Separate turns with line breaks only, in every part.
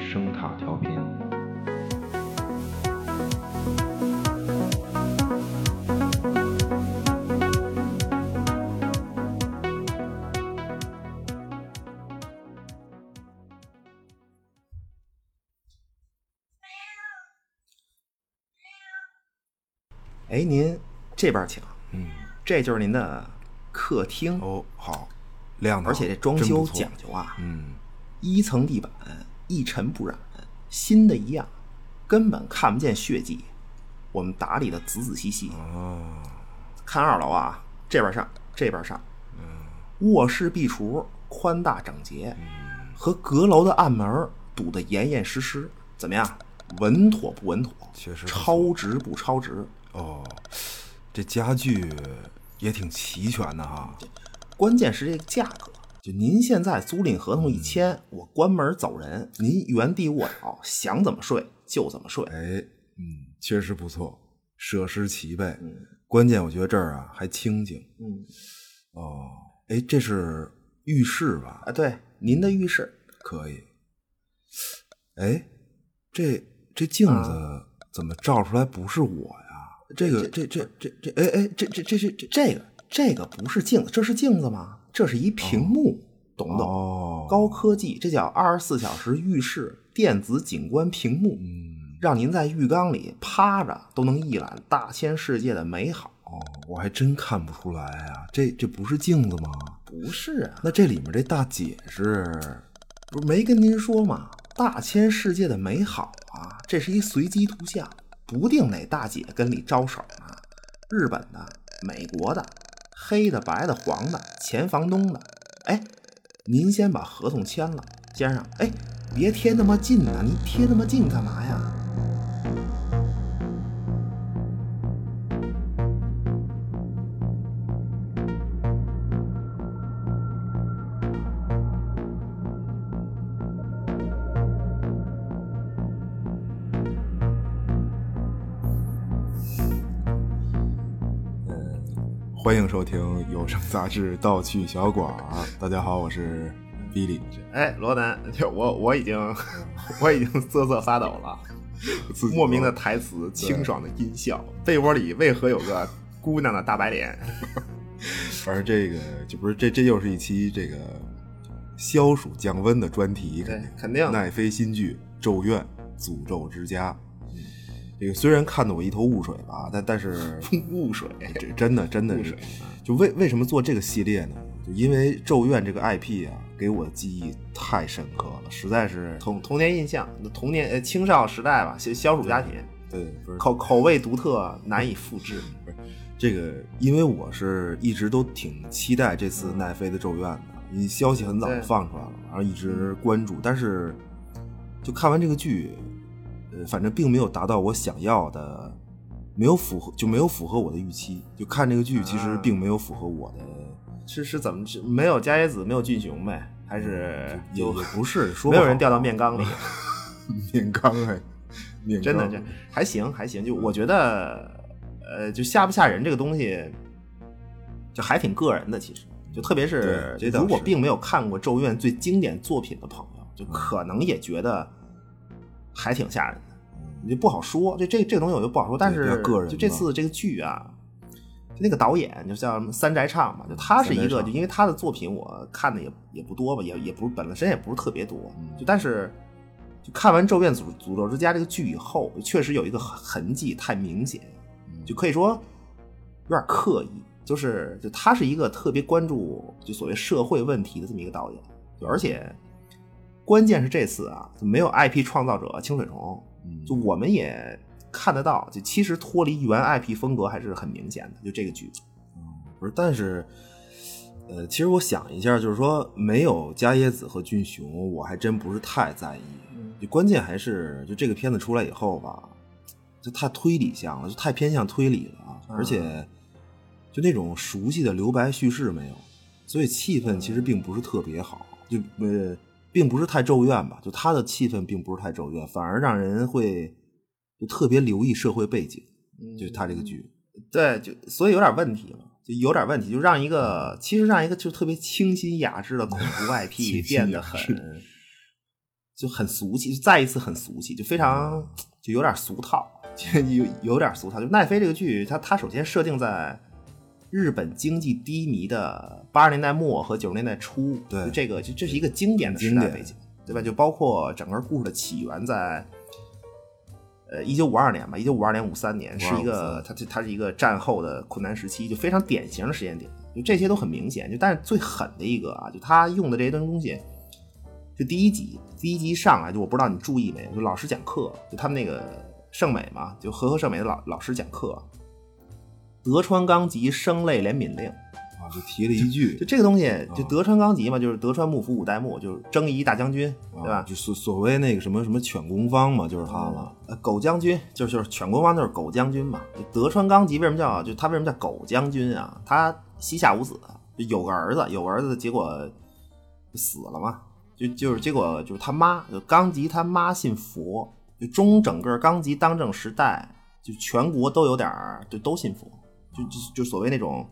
声塔调频。
哎，您这边请，
嗯，
这就是您的客厅，
哦，好，亮堂，
而且这装
真
修
不错
讲究啊，
嗯，
一层地板一尘不染，新的一样，根本看不见血迹。我们打理的仔仔细细。
哦，
看二楼啊，这边上，这边上。
嗯
卧室壁橱宽大整洁，
嗯
和阁楼的暗门堵得严严实实。怎么样？稳妥不稳妥？
确实不错
超值不超值？
哦，这家具也挺齐全的哈，
关键是这个价格。就您现在租赁合同一签，我关门走人，您原地卧倒，想怎么睡就怎么睡。
哎，嗯，确实不错，设施齐备，关键我觉得这儿啊还清静，
嗯，
哦，哎，这是浴室吧？
啊，对，您的浴室
可以，哎，这这镜子怎么照出来不是我呀？啊这个这这这这，哎哎，这这这这这，
这个这个不是镜子，这是镜子吗？这是一屏幕，懂不懂？
哦，
高科技，这叫二十四小时浴室电子景观屏幕，
嗯，
让您在浴缸里趴着都能一览大千世界的美好。
哦，我还真看不出来啊，这这不是镜子吗？
不是啊，
那这里面这大姐是，
不是没跟您说吗？大千世界的美好啊，这是一随机图像，不定哪大姐跟你招手呢、日本的、美国的，黑的、白的、黄的，前房东的。哎，您先把合同签了，先生。哎，别贴那么近呐、你贴那么近干嘛呀？
欢迎收听有声杂志《盗趣小馆》。大家好，我是比利，
哎，罗南，就我我已经我已经瑟瑟发抖了，莫名的台词，清爽的音效，被窝里为何有个姑娘的大白脸？
反正这个就不是这这又是一期这个消暑降温的专题，
对
肯定，
肯定
奈飞新剧《咒怨：诅咒之家》。
嗯
这个虽然看得我一头雾水吧，但但是
雾水。
这真的真的
雾
是
水，啊
就为为什么做这个系列呢？就因为《咒怨》这个 IP 啊，给我的记忆太深刻了，实在是
童童年印象，童年呃青少时代吧，消消暑佳品，
对，不是
口口味独特，难以复制。
这个，因为我是一直都挺期待这次奈飞的《咒怨》的，你消息很早就放出来了，然后一
嗯
直关注，但是就看完这个剧，呃，反正并没有达到我想要的，没有符合就没有符合我的预期，就看这个剧其实
啊
并没有符合我的，
是是怎么是没有加椰子，没有俊雄呗？还是
也也不 是说
没有
不好
人掉到面缸里？
面缸哎，面
真的
缸
这还行还行，就我觉得，呃，就吓不吓人这个东西，就还挺个人的。其实，就特别是
对这倒
如果
是嗯
并没有看过《咒怨》最经典作品的朋友，就可能也觉得还挺吓人的。你就不好说，这这这个东西我就不好说。但
比
是
较个人
就这
嘛
次这个剧啊，就那个导演就像三宅唱吧，就他是一
三宅
个，
唱
就因为他的作品我看的也也不多吧，也也不是本身也不是特别多，
嗯
就但是就看完《咒怨诅诅咒之家》这个剧以后，确实有一个痕痕迹太明显，
嗯
就可以说有点刻意，就是就他是一个特别关注就所谓社会问题的这么一个导演，就而且关键是这次啊，就没有 IP 创造者清水虫，
嗯
就我们也看得到，就其实脱离原 IP 风格还是很明显的。就这个剧，
嗯不是，但是，呃，其实我想一下，就是说没有加椰子和俊雄，我还真不是太在意。
嗯
就关键还是就这个片子出来以后吧，就太推理向了，就太偏向推理了啊，
嗯
而且就那种熟悉的留白叙事没有，所以气氛其实并不是特别好，就呃，并不是太咒怨吧，就它的气氛并不是太咒怨，反而让人会就特别留意社会背景，就是它这个剧。
嗯对，就所以有点问题嘛，就有点问题，就让一个 其实让一个就特别清新雅致的恐怖
清
IP
新
变得
雅
很
致，
就很俗气，就再一次很俗气，就非常就有点俗套，就有有点俗套。就奈飞这个剧，它它首先设定在日本经济低迷的八十年代末和九十年代初，
对
就这个就这是一个经典的时代背景，对吧？就包括整个故事的起源在。呃，一九五二年吧，一九五二年、五三年是一个，它它它是一个战后的困难时期，就非常典型的时间点，就这些都很明显。就但是最狠的一个啊，就他用的这些东西，就第一集，第一集上来就我不知道你注意没有，就老师讲课，就他们那个圣美嘛，就和和圣美的老老师讲课，德川纲吉声泪怜悯令，
啊，就提了一 句，
就这个东西，就德川纲吉嘛，就是德川幕府五代目，就是征夷大将军，对
啊
吧？
就所所谓那个什么什么犬攻方嘛，就是他了。
呃，狗将军就是就是犬国王就是狗将军嘛。就德川纲吉为什么叫就他为什么叫狗将军啊？他膝下无子，就有个儿子，有个儿子结果就死了嘛。就就是结果就是他妈，就纲吉他妈信佛，就中整个纲吉当政时代，就全国都有点儿就都信佛，就就就所谓那种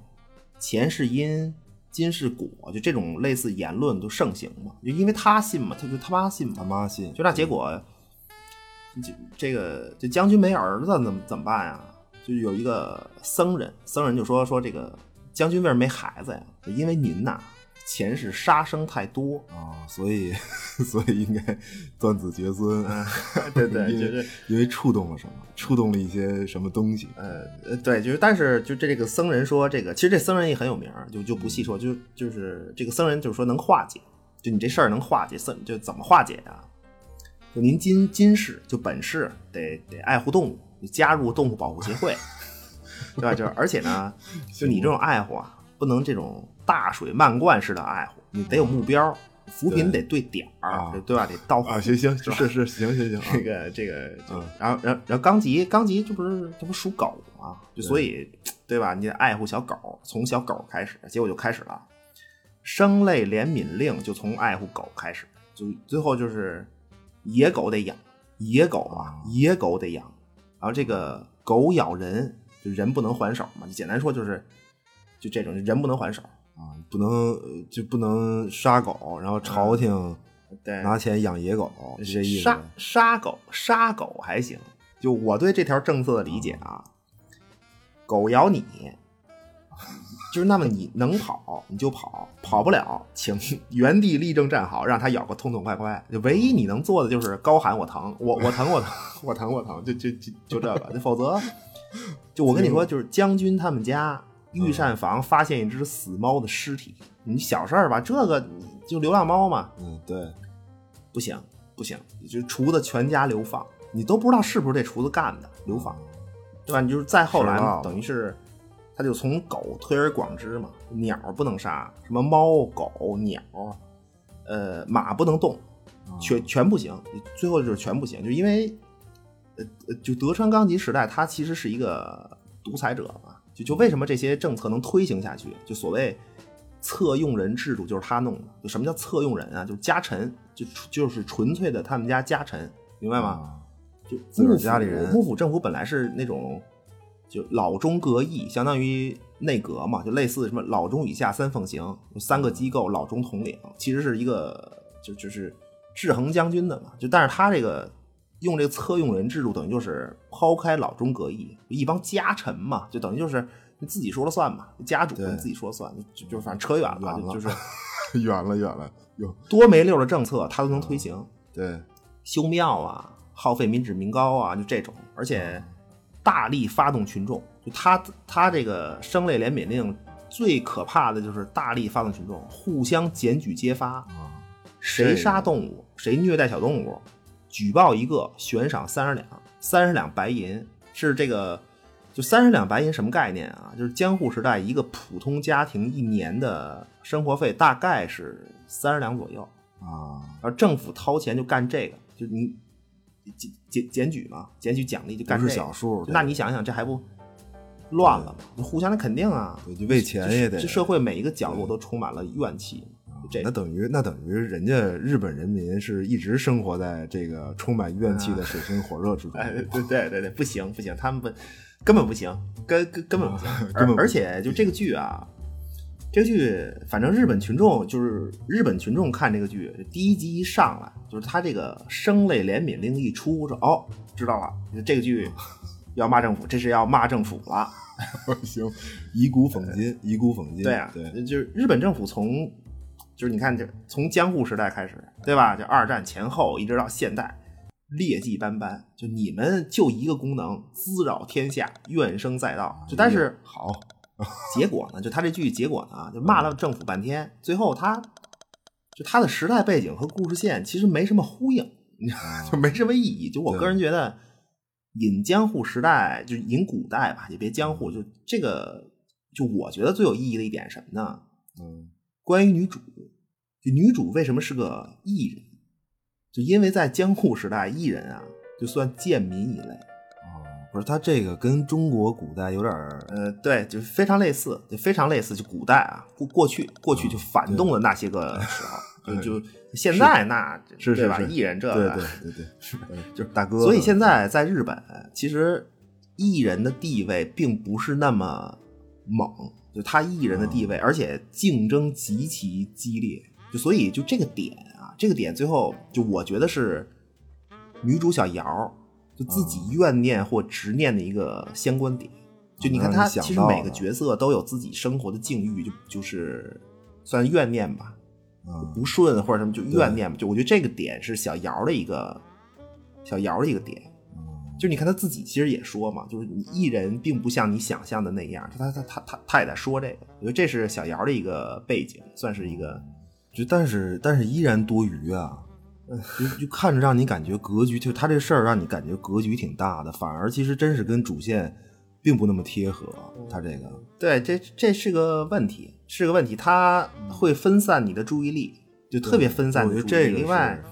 前世因。今世果，就这种类似言论都盛行嘛，就因为他信嘛，他就他妈信嘛
他，妈信，
嗯就那结果，这这个这将军没儿子怎么怎么办呀？就有一个僧人，僧人就说说这个将军为什么没孩子呀？因为您呐、前世杀生太多，
啊，所以 所以应该断子绝孙，
嗯 对
因为
是
因为触动了什么，触动了一些什么东西，
呃呃对，就是但是就这这个僧人说这个，其实这僧人也很有名儿，就就不细说，就就是这个僧人就是说能化解，就你这事儿能化解，僧就怎么化解啊？就您今今世就本世得得爱护动物，就加入动物保护协会， 对吧？就是而且呢，就你这种爱护啊，不能这种大水漫灌式的爱护，你得有目标，扶贫得对点儿
啊，
对吧？得到
啊，行行，是是行行行，
这
啊
个这个，就
嗯
然后然后然后刚吉刚吉这不是这不属狗吗？就所以对吧？你得爱护小狗，从小狗开始，结果就开始了，生类怜悯令就从爱护狗开始，就最后就是野狗得养，野狗啊，
哦
野狗得养，然后这个狗咬人，就人不能还手嘛，就简单说就是就这种人不能还手，
啊，不能呃就不能杀狗，然后
嗯
朝廷
对，
拿钱养野狗，是这意思
哎杀
吧？
杀狗杀狗还行，就我对这条政策的理解啊，狗咬你， 就是那么你能跑你就跑，跑不了请 原地立正站好，让它咬个痛痛快快。就唯一你能做的就是高喊我疼，我我疼我疼我疼我疼，就就就就这个， 否则就我跟你说，就是将军他们家御膳房发现一只死猫的尸体，你小事儿吧，这个你就流浪猫嘛，
嗯，对，
不行不行，就厨子全家流放，你都不知道是不是这厨子干的流放，对吧？你就是再后来
是
嘛
啊，
等于是他就从狗推而广之嘛，鸟不能杀，什么猫、狗、鸟，呃，马不能动，
啊
全全不行，最后就是全不行，就因为呃呃就德川纲吉时代，他其实是一个独裁者嘛，就就为什么这些政策能推行下去，就所谓策用人制度就是他弄的，就什么叫策用人啊，就是家臣，就就是纯粹的他们家家臣，明白吗？
啊
就
自个儿
幕府
家里人
幕府政府本来是那种就老中各异，相当于内阁嘛，就类似什么老中以下三奉行，有三
嗯
个机构老中统领，其实是一个就就是制衡将军的嘛。就但是他这个用这个策用人制度，等于就是抛开老中各异，一帮家臣嘛，就等于就是你自己说了算嘛，家主
对
你自己说了算，就就反正扯远了，
远了
就就是
远了远了，有
多没溜儿的政策他都能推行。
对，
修庙啊，耗费民脂民膏啊，就这种，而且大力发动群众。就他他这个生类怜悯令最可怕的就是大力发动群众，互相检举揭发，
啊
谁杀动物，谁虐待小动物，举报一个，悬赏三十两，三十两白银是这个。就三十两白银什么概念啊？就是江户时代一个普通家庭一年的生活费大概是三十两左右，
啊，
而政府掏钱就干这个，就你检检检举嘛，检举奖励就干
不
这
是
个。
小数，
那你想想，这还不乱了吗？就互相的肯定啊，
对就为钱也得
这社会每一个角落都充满了怨气，就这
那等于那等于人家日本人民是一直生活在这个充满怨气的水深火热之中，
嗯 哎，对对对对，不行不行，他们不根本不行，根根根本不行，
根本不
而而且就这个剧啊，这个剧，反正日本群众就是日本群众看这个剧，第一集一上来，就是他这个声泪怜悯令一出，说哦，知道了，这个剧要骂政府，这是要骂政府了。
行，以古讽今，以古讽今。
对啊，
对，
就是日本政府从，就是你看，这从江户时代开始，对吧？就二战前后一直到现代，劣迹斑斑。就你们就一个功能，滋扰天下，怨声载道。就但是
好。
结果呢？就他这剧结果呢，就骂了政府半天，最后他就他的时代背景和故事线其实没什么呼应，
啊
就没什么意义。就我个人觉得，引江户时代就引古代吧，也别江户。就这个，就我觉得最有意义的一点什么呢？
嗯，
关于女主，就女主为什么是个艺人？就因为在江户时代，艺人啊就算贱民一类。
啊不是，他这个跟中国古代有点儿，
呃，对，就非常类似，就非常类似，就古代啊，过过去过去就反动的那些个时 候，
啊嗯对
就就现在那
是
对
是
吧？
是
艺人这
对
个，
对对 对，嗯就是大哥。嗯
所以现在在日本，其实艺人的地位并不是那么猛，就他艺人的
嗯
地位，而且竞争极其激烈，就所以就这个点啊，这个点最后就我觉得是女主小瑶就自己
嗯
怨念或执念的一个相关点。就你看
让
她，
人想
其实
到
每个
了
角色都有自己生活的境遇，就就是算怨念吧，
嗯
不顺或者什么就怨念嘛，就我觉得这个点是小姚的一个小姚的一个点，
嗯
就是你看他自己其实也说嘛，就是你艺人并不像你想象的那样，他他他他他也在说这个，我觉得这是小姚的一个背景，算是一个
就但是但是依然多余啊，就就看着让你感觉格局，就他这事儿让你感觉格局挺大的，反而其实真是跟主线并不那么贴合。他这个，
嗯对，这这是个问题，是个问题，他会分散你的注意力，就特别分散
嗯我
你
觉
的
得
注意
这
力。
个
另外，
是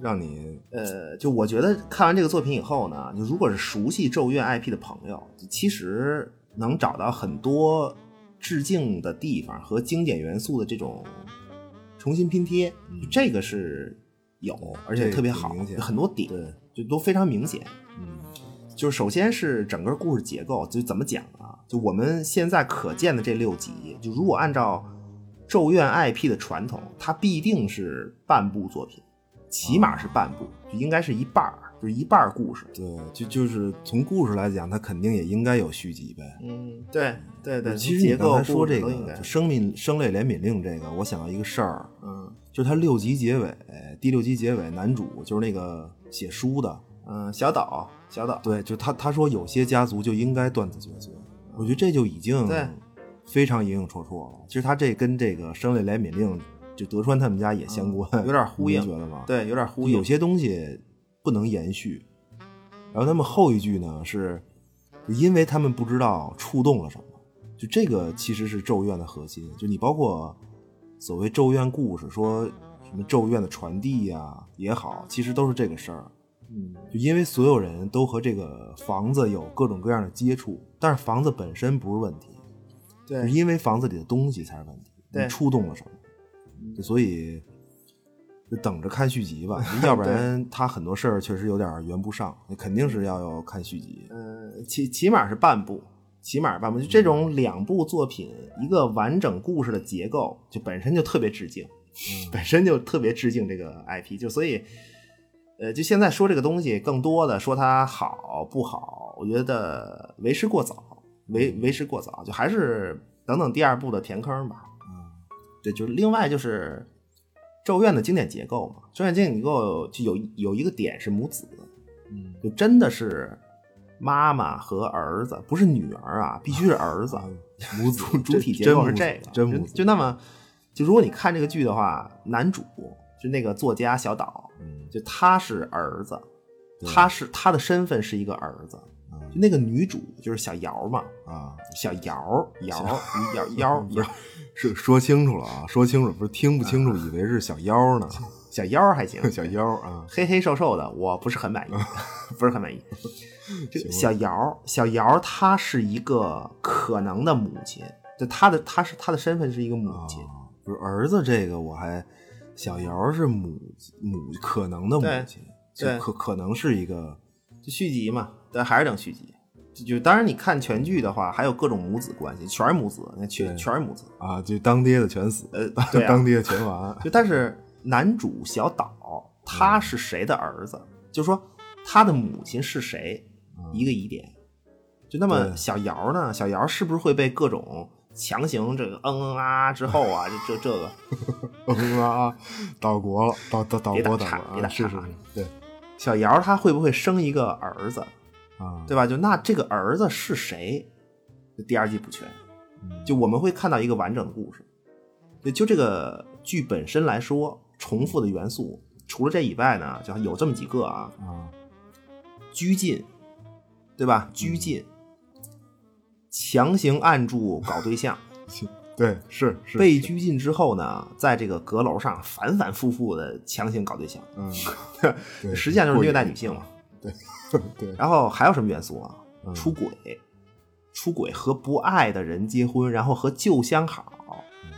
让你
呃，就我觉得看完这个作品以后呢，就如果是熟悉《咒怨》IP 的朋友，其实能找到很多致敬的地方和经典元素的这种重新拼贴，
嗯
就这个是有，而且
这个
特别
挺
好
明，显
有很多点
对，
就都非常明显。
嗯
就是首先是整个故事结构，就怎么讲啊？就我们现在可见的这六集，就如果按照《咒怨》IP 的传统，它必定是半部作品，起码是半部，就应该是一半儿，就是一半儿故事。
对，就就是从故事来讲，他肯定也应该有续集呗。
嗯，对对对，
其
从
实你
结
刚
构
才说这
故事都应该
个就生命生类怜悯令这个，我想到一个事儿，
嗯
就是他六集结尾，第六集结尾，男主就是那个写书的，
嗯，小岛小岛，
对，就他他说有些家族就应该断子绝孙，我觉得这就已经
嗯对
非常影影绰绰了。其实他这跟这个生类怜悯令，就德川他们家也相关，
嗯有点呼应
你觉得吗？，
对，有点呼应，
有些东西不能延续。然后他们后一句呢是，就因为他们不知道触动了什么，就这个其实是咒怨的核心。就你包括所谓咒怨故事，说什么咒怨的传递呀、也好，其实都是这个事儿。
嗯
就因为所有人都和这个房子有各种各样的接触，但是房子本身不是问题，
对
是，因为房子里的东西才是问题。
对嗯
你触动了什么？就所以就等着看续 集吧，要不然他很多事儿确实有点圆不上，你肯定是要要看续集。
呃，起起码是半部，起码是半部。就
嗯
这种两部作品，一个完整故事的结构，就本身就特别致敬，
嗯
本身就特别致敬这个 IP。就所以，呃，就现在说这个东西，更多的说它好不好，我觉得为时过早，为为时过早，就还是等等第二部的填坑吧。
嗯
对，就是另外就是《咒怨》的经典结构嘛，《咒怨》经典结构就有一有一个点是母子，
嗯，
就真的 是妈妈和儿子，不是女儿啊，必须是儿子。
母子
主主体结
真
构
母
是
子
这个，
真
就
母子
就那么，就如果你看这个剧的话，男主就那个作家小岛，
嗯
就他是儿子，
对
他是他的身份是一个儿子。
嗯
就那个女主就是小瑶嘛，
啊，
小瑶瑶瑶瑶瑶
是说清楚了啊，说清楚，不是听不清楚，以为是小妖呢，，
小妖还行
小妖啊，
黑黑瘦瘦的，我不是很满意，不是很满意。这个小瑶，小瑶她是一个可能的母亲，就她的她是她的身份是一个母亲，
啊不是儿子这个我还，小瑶是母母可能的母亲，
对
就可可能是一个
就续集嘛，但还是等续集。就就当然你看全剧的话，还有各种母子关系，全是母子，那全
对
全是母子。
啊，就当爹的全死，
呃，对啊
当，爹的全完。
就但是男主小岛他是谁的儿子？就说他的母亲是谁，一个疑点。就那么
对
小姚呢？小姚是不是会被各种强行这个嗯嗯啊啊之后啊，这这这个
嗯啊，岛国了，岛岛岛
别打
国岛
岔
国
别打
啊，是是
岔
是，对
小姚他会不会生一个儿子？
啊，
对吧？就那这个儿子是谁？就第二季补全，
嗯
就我们会看到一个完整的故事。就就这个剧本身来说，重复的元素除了这以外呢，就有这么几个啊，
啊，
拘禁，对吧？拘
嗯
禁，强行按住搞对象，
行对是是
被拘禁之后呢，在这个阁楼上反反复复的强行搞对象，
嗯，对
实际上就是虐待
过瘾
女性嘛。
对
然后还有什么元素啊？
嗯
出轨，出轨和不爱的人结婚，然后和旧相好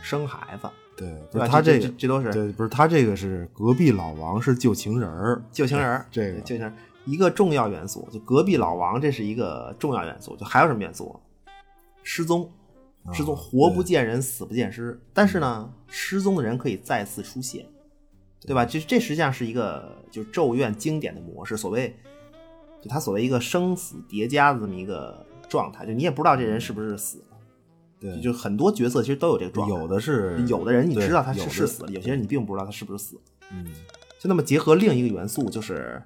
生孩子，
对，
对
不是
吧？
嗯他
这
个
这都是
对，不是他这个是隔壁老王是旧情人儿，
旧情人儿，
对这个
旧情人儿一个重要元素，就隔壁老王这是一个重要元素，就还有什么元素？失踪，失踪，
啊
活不
对嗯
见人，死不见尸。但是呢，失踪的人可以再次出现，对吧？这这实际上是一个就是《咒怨》经典的模式，所谓就它所谓一个生死叠加的这么一个状态，就你也不知道这人是不是死了，
对，
就很多角色其实都有这个状态。嗯
有的是
有的人你
对
知道他
有
是是
的
死了，有些人你并不知道他是不是死了。
嗯
就那么结合另一个元素，就是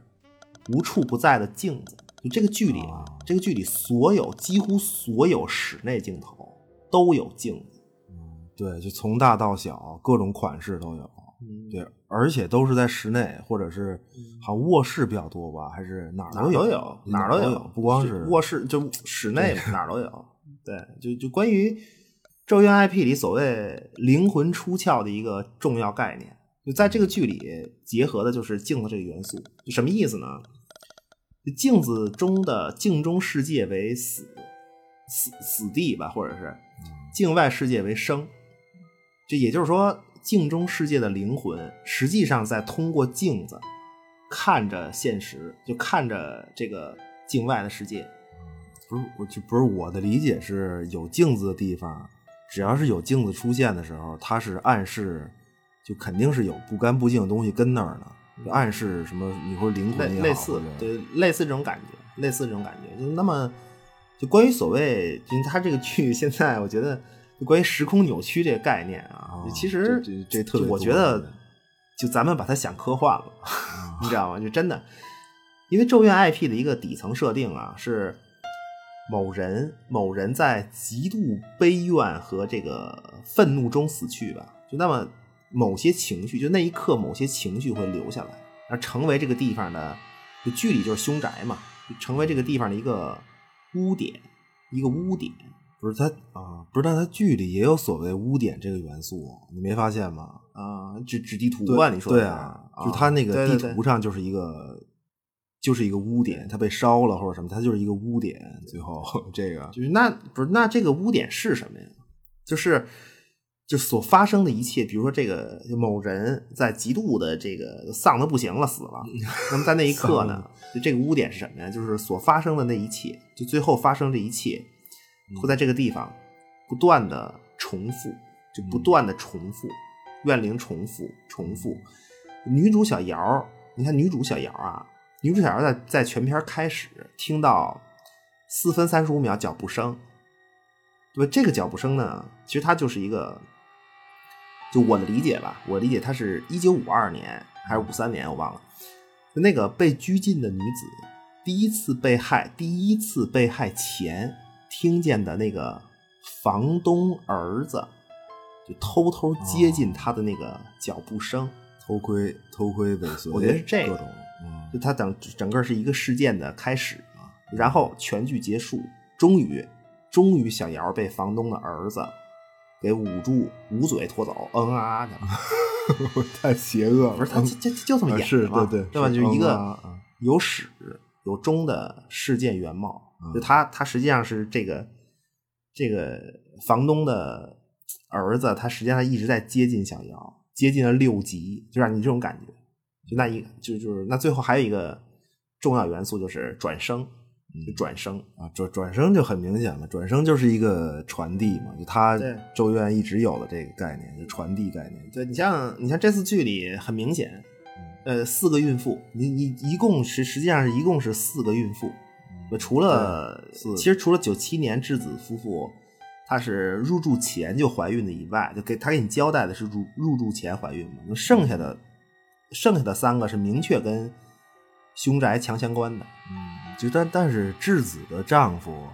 无处不在的镜子。就这个剧里啊
啊，
这个剧里所有几乎所有室内镜头都有镜子。
嗯对，就从大到小各种款式都有，
嗯
对，而且都是在室内或者是好像卧室比较多吧，还是哪儿
哪儿
都
都有
有，
哪
儿
儿都
有，不光
就是卧室就室内嘛，哪儿都有。对，就就关于《咒怨》IP 里所谓灵魂出窍的一个重要概念，就在这个剧里结合的就是镜子这个元素。就什么意思呢？就镜子中的镜中世界为死死死地吧，或者是境外世界为生。这也就是说，镜中世界的灵魂实际上在通过镜子看着现实，就看着这个境外的世界。
不是我就不是我的理解是有镜子的地方，只要是有镜子出现的时候，它是暗示，就肯定是有不干不净的东西跟那儿呢，就暗示什么你说灵
类
魂也好
类似
或者
对类似这种感觉，类似这种感觉。就那么，就关于所谓，就他这个剧现在，我觉得就关于时空扭曲这个概念啊，
啊
就其实
这这这特别
我
多
觉
这
得
个，
就咱们把它想科幻了，
啊
你知道吗？就真的，因为《咒怨》IP 的一个底层设定啊，是某人某人在极度悲怨和这个愤怒中死去吧。就那么某些情绪，就那一刻某些情绪会留下来，而成为这个地方的，就剧里就是凶宅嘛，就成为这个地方的一个污点，一个污点。
不是它啊，不是，但它剧里也有所谓污点这个元素，你没发现吗？
啊、指指地图
对
吧？你说的
对
是
啊，就它那
对
个
对
地
对
图上就是一个。就是一个污点，它被烧了或者什么，它就是一个污点。最后 这个
就是那不是那这个污点是什么呀？就是就所发生的一切，比如说这个某人在极度的这个丧的不行了，死了。那么在那一刻
丧
呢，就这个污点是什么呀？就是所发生的那一切，就最后发生这一切，会在这个地方不断的重复，就不断的重复，怨灵重复重复。女主小瑶，你看女主小瑶啊，女主小瑶在在全片开始听到四分三十五秒脚步声，对吧？这个脚步声呢，其实它就是一个，就我的理解吧，我理解它是一九五二年还是五三年，我忘了。就那个被拘禁的女子，第一次被害，第一次被害前听见的那个房东儿子，就偷偷接近她的那个脚步声。
偷窥、偷窥、尾随，
我觉得是这个
各种，嗯，
就它整整个是一个事件的开始啊，然后全剧结束，终于，终于小姚被房东的儿子给捂住，捂嘴拖走，嗯啊啊 去了。
太邪恶了。
不是他就就就这么
啊
演
是
的嘛，
对对
对吧？
是
就是一
嗯
个
啊啊
有始有终的事件原貌，
嗯
就他他实际上是这个这个房东的儿子，他实际上一直在接近小姚，接近了六集，就让你这种感觉。就那一就就是那最后还有一个重要元素就是转生，就转生。
啊，转转生就很明显了，转生就是一个传递嘛，就他
对
咒怨一直有的这个概念，就传递概念。
对你像你像这次剧里很明显，
嗯
呃，四个孕妇，你你一共是实际上是一共是四个孕妇，呃
嗯
除了
对四个
其实除了九七年质子夫妇，她是入住前就怀孕的以外，就给她给你交代的是入入住前怀孕嘛，那剩下的剩下的三个是明确跟凶宅强相关的，
嗯，就但但是质子的丈夫，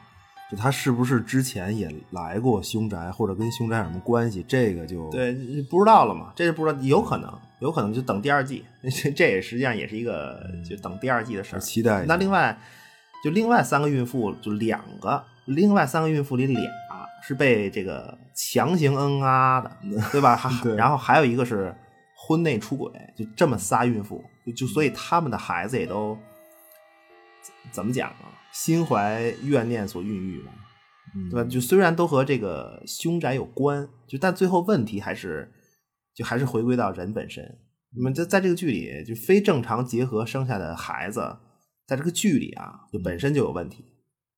就他是不是之前也来过凶宅，或者跟凶宅有什么关系？这个就
对，你不知道了嘛，这是不知道，有可能有可能就等第二季， 这这也实际上也是一个
嗯
就等第二季的事儿，
期待一
那
下
另外，就另外三个孕妇，就两个，另外三个孕妇里俩是被这个强行嗯啊的， 对吧？还
对
然后还有一个是婚内出轨，就这么仨孕妇，就就所以
嗯
他们的孩子也都怎怎么讲啊？心怀怨念所孕育嘛，
嗯
对吧？就虽然都和这个凶宅有关，就但最后问题还是就还是回归到人本身。那么在在这个剧里，就非正常结合生下的孩子，在这个剧里啊，就本身就有问题。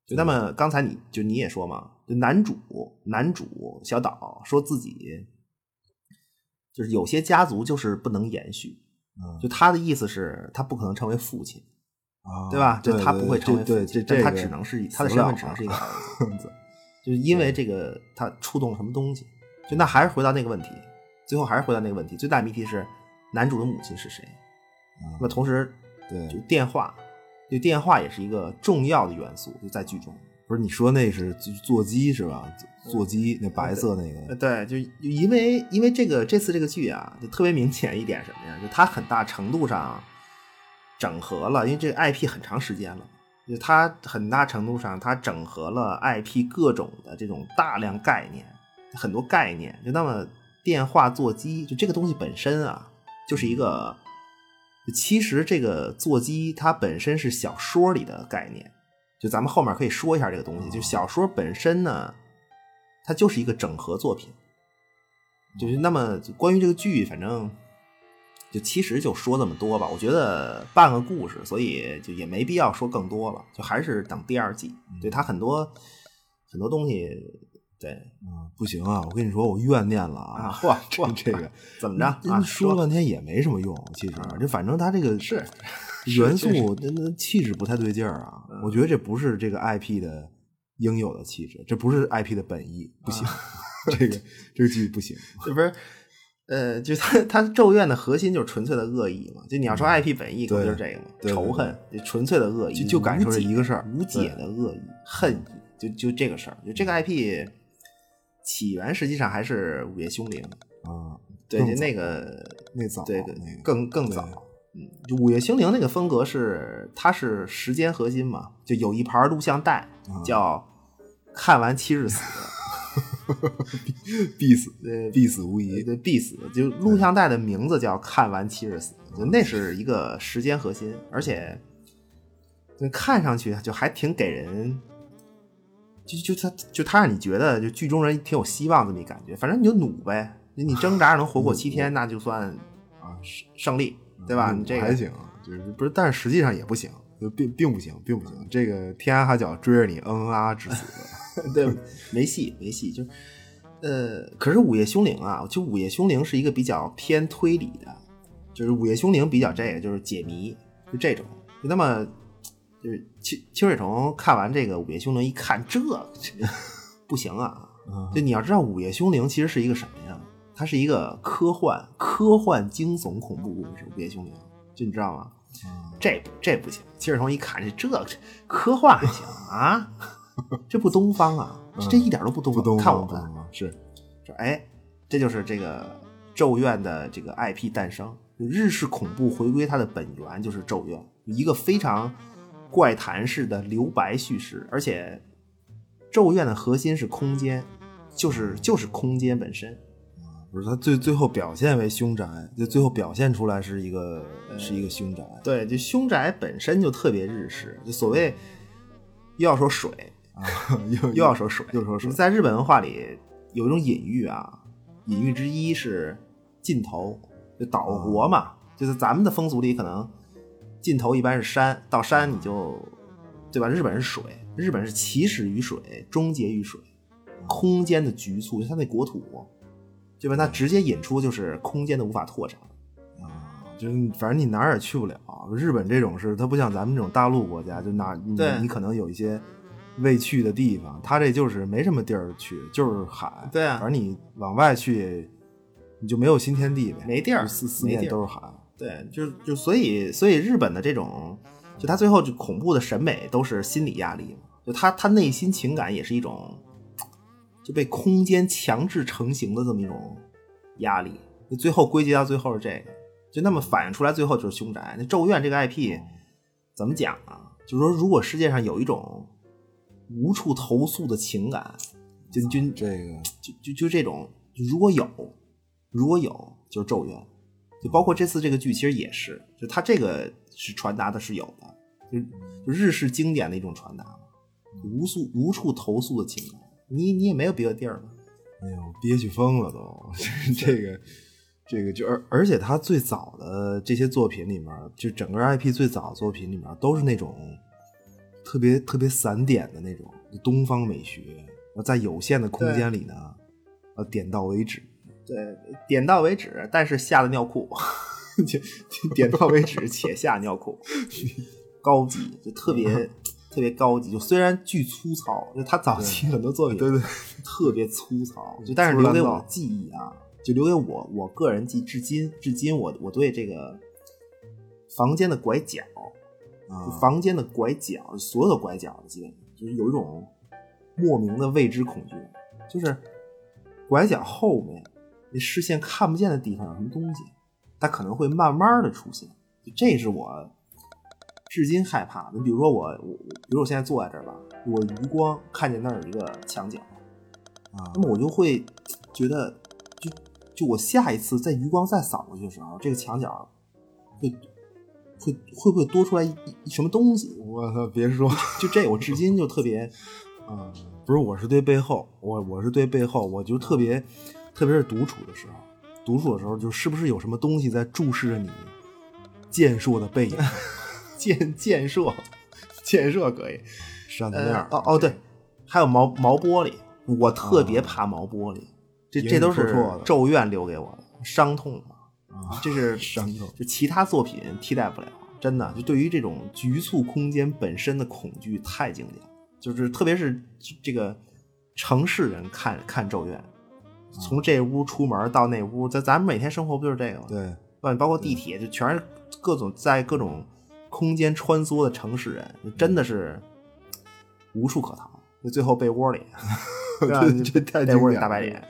就那么刚才你就你也说嘛，就男主男主小岛说自己就是有些家族就是不能延续，
嗯
就他的意思是，他不可能成为父亲，
啊
对吧？就
对
他不会
对
成为父
对
亲，
这
但
这
他
个
只能是他的
死
身
不
份
了
只
啊
能是一个儿子，就是因为这个他触动了什么东西，就那还是回到那个问题，最后还是回到那个问题，最大谜题是男主的母亲是谁？那么
嗯
同时，就
对，
电话，就电话也是一个重要的元素，就在剧中。
不是你说那是就座机是吧？座机那白色那
呃，
个，
嗯对，就因为因为这个这次这个剧啊，就特别明显一点什么呀？就它很大程度上整合了，因为这个 IP 很长时间了，就它很大程度上它整合了 IP 各种的这种大量概念，很多概念。就那么电话座机，就这个东西本身啊，就是一个，其实这个座机它本身是小说里的概念。就咱们后面可以说一下这个东西。就
哦
小说本身呢，它就是一个整合作品。就是那么就关于这个剧，反正就其实就说这么多吧。我觉得半个故事，所以就也没必要说更多了。就还是等第二季。
嗯
对它很多很多东西，对
嗯，不行啊！我跟你说，我怨念了
啊，
啊！
嚯嚯，
这个
怎么着啊？
嗯说了半天也没什么用，其实
啊
就反正他这个
是
元
是是
素那那气质不太对劲儿啊
嗯，
我觉得这不是这个 IP 的应有的气质，这不是 IP 的本意，不行，
嗯
这个这个剧 不行。
这不是，呃，就他他咒怨的核心就是纯粹的恶意嘛。就你要说 IP 本意，可能就是这个嘛，
嗯对对
仇恨，就纯粹的恶意，
就就感受这一个事儿
无解无解的恶意、恨意，就就这个事儿，就这个 IP 起源实际上还是《午夜凶铃》，
啊，
对，
更
就
早
那个，
那早
对对
那，个
更更早
对。
嗯，就《午夜凶铃》那个风格是，它是时间核心嘛，就有一盘录像带
啊
叫“看完七日死”，
必死
呃，
必死无疑。
对，必死。就录像带的名字叫《看完七日死》，就那是一个时间核心，而且就看上去就还挺给人，就就他就他让你觉得就剧中人挺有希望这么一感觉。反正你就努呗，你挣扎着能活过七 天，那就算啊胜胜利，对吧？
嗯
你这
还
个
行，就是不是，但是实际上也不行，就并并不行，并不
嗯
行。这个天涯海角追着你，嗯啊致死。
对，没戏，没戏，就是，呃，可是《午夜凶铃》啊，就《午夜凶铃》是一个比较偏推理的，就是《午夜凶铃》比较这个就是解谜，就这种。那么，就是清清水虫看完这个《午夜凶铃》，一看这这不行啊！
嗯
就你要知道，《午夜凶铃》其实是一个什么呀？它是一个科幻、科幻惊悚恐怖故事，《午夜凶铃》，就你知道吗？这不这不行。秦始皇一看，这这这科幻还行啊？这不东方啊，这这一点都不东
不
方。
懂
看我
不
们，
懂是
这哎，这就是这个咒怨的这个 IP 诞生。就日式恐怖回归它的本源就是咒怨，一个非常怪谈式的留白叙事，而且咒怨的核心是空间，就是就是空间本身。
不是他最最后表现为凶宅，就最后表现出来是一个
呃
是一个凶宅。
对，就凶宅本身就特别日式，就所谓又要说水，
又
又要说水，
又说水
在日本文化里有一种隐喻啊，隐喻之一是尽头，就岛国
哦
嘛，就是咱们的风俗里可能尽头一般是山，到山你就对吧？日本是水，日本是起始于水，终结于水，空间的局促，它那国土，对
嗯
吧？那直接引出就是空间的无法拓展。
就是反正你哪儿也去不了。日本这种是它不像咱们这种大陆国家，就哪你
对
你可能有一些未去的地方，它这就是没什么地儿去，就是海。
对啊
反正你往外去，你就没有新天地呗，
没地儿
就四四
没
面
地儿
都是海。
对，就就所以所以日本的这种，就他最后就恐怖的审美都是心理压力嘛，就他他内心情感也是一种就被空间强制成型的这么一种压力，就最后归结到最后是这个，就那么反映出来最后就是凶宅。那咒怨这个 IP 怎么讲啊？就是说，如果世界上有一种无处投诉的情感，就就
这个
就就就这种，就如果有，如果有，就是咒怨，就包括这次这个剧其实也是，就它这个是传达的是有的，就就日式经典的一种传达嘛，无诉无处投诉的情感，你你也没有别的地儿了，
哎呦，憋屈疯了 都。这个，这个就而而且他最早的这些作品里面，就整个 IP 最早作品里面都是那种特别特别散点的那种就东方美学，然后在有限的空间里呢，呃，点到为止。
对，点到为止，但是吓得尿裤， 就就点到为止且吓尿 裤，高级就特别。特别高级，就虽然巨粗糙，就他早期很多作品
嗯对对，
特别粗糙，
嗯
就但是
粗
留
烂
给
道
我的记忆啊，就留给我我个人记，至今至今我我对这个房间的拐角，就
啊，
房间的拐角，所有的拐角基本就是有一种莫名的未知恐惧，就是拐角后面那视线看不见的地方有什么东西，它可能会慢慢的出现，这是我至今害怕的。你比如说我我，我比如我现在坐在这儿吧，我余光看见那儿有一个墙角，
啊
那么我就会觉得，就就我下一次在余光再扫过去的时候，这个墙角会会会不会多出来一一什么东西？
我操，别说，
就这，我至今就特别，
啊，不是，我是对背后，我我是对背后，我就特别，特别是独处的时候，独处的时候，就是不是有什么东西在注视着你健硕的 背影，
建建设建设可以。
扇子面
呃
儿、，
哦哦对，还有毛毛玻璃，我特
哦
别怕毛玻璃，这
影
这都
影绰
是
绰的
咒怨留给我的伤痛嘛，
啊，
这是
伤口
就其他作品替代不了。真的，就对于这种局促空间本身的恐惧太经典了，就是特别是这个城市人看看《咒怨》，从这屋出门到那屋，咱咱们每天生活不就是这个吗？
对，
对，包括地铁，就全是各种在各种空间穿梭的城市人，就真的是无处可逃，就最后被窝 里，对吧
这这太
被窝里
经典
大白
了
脸，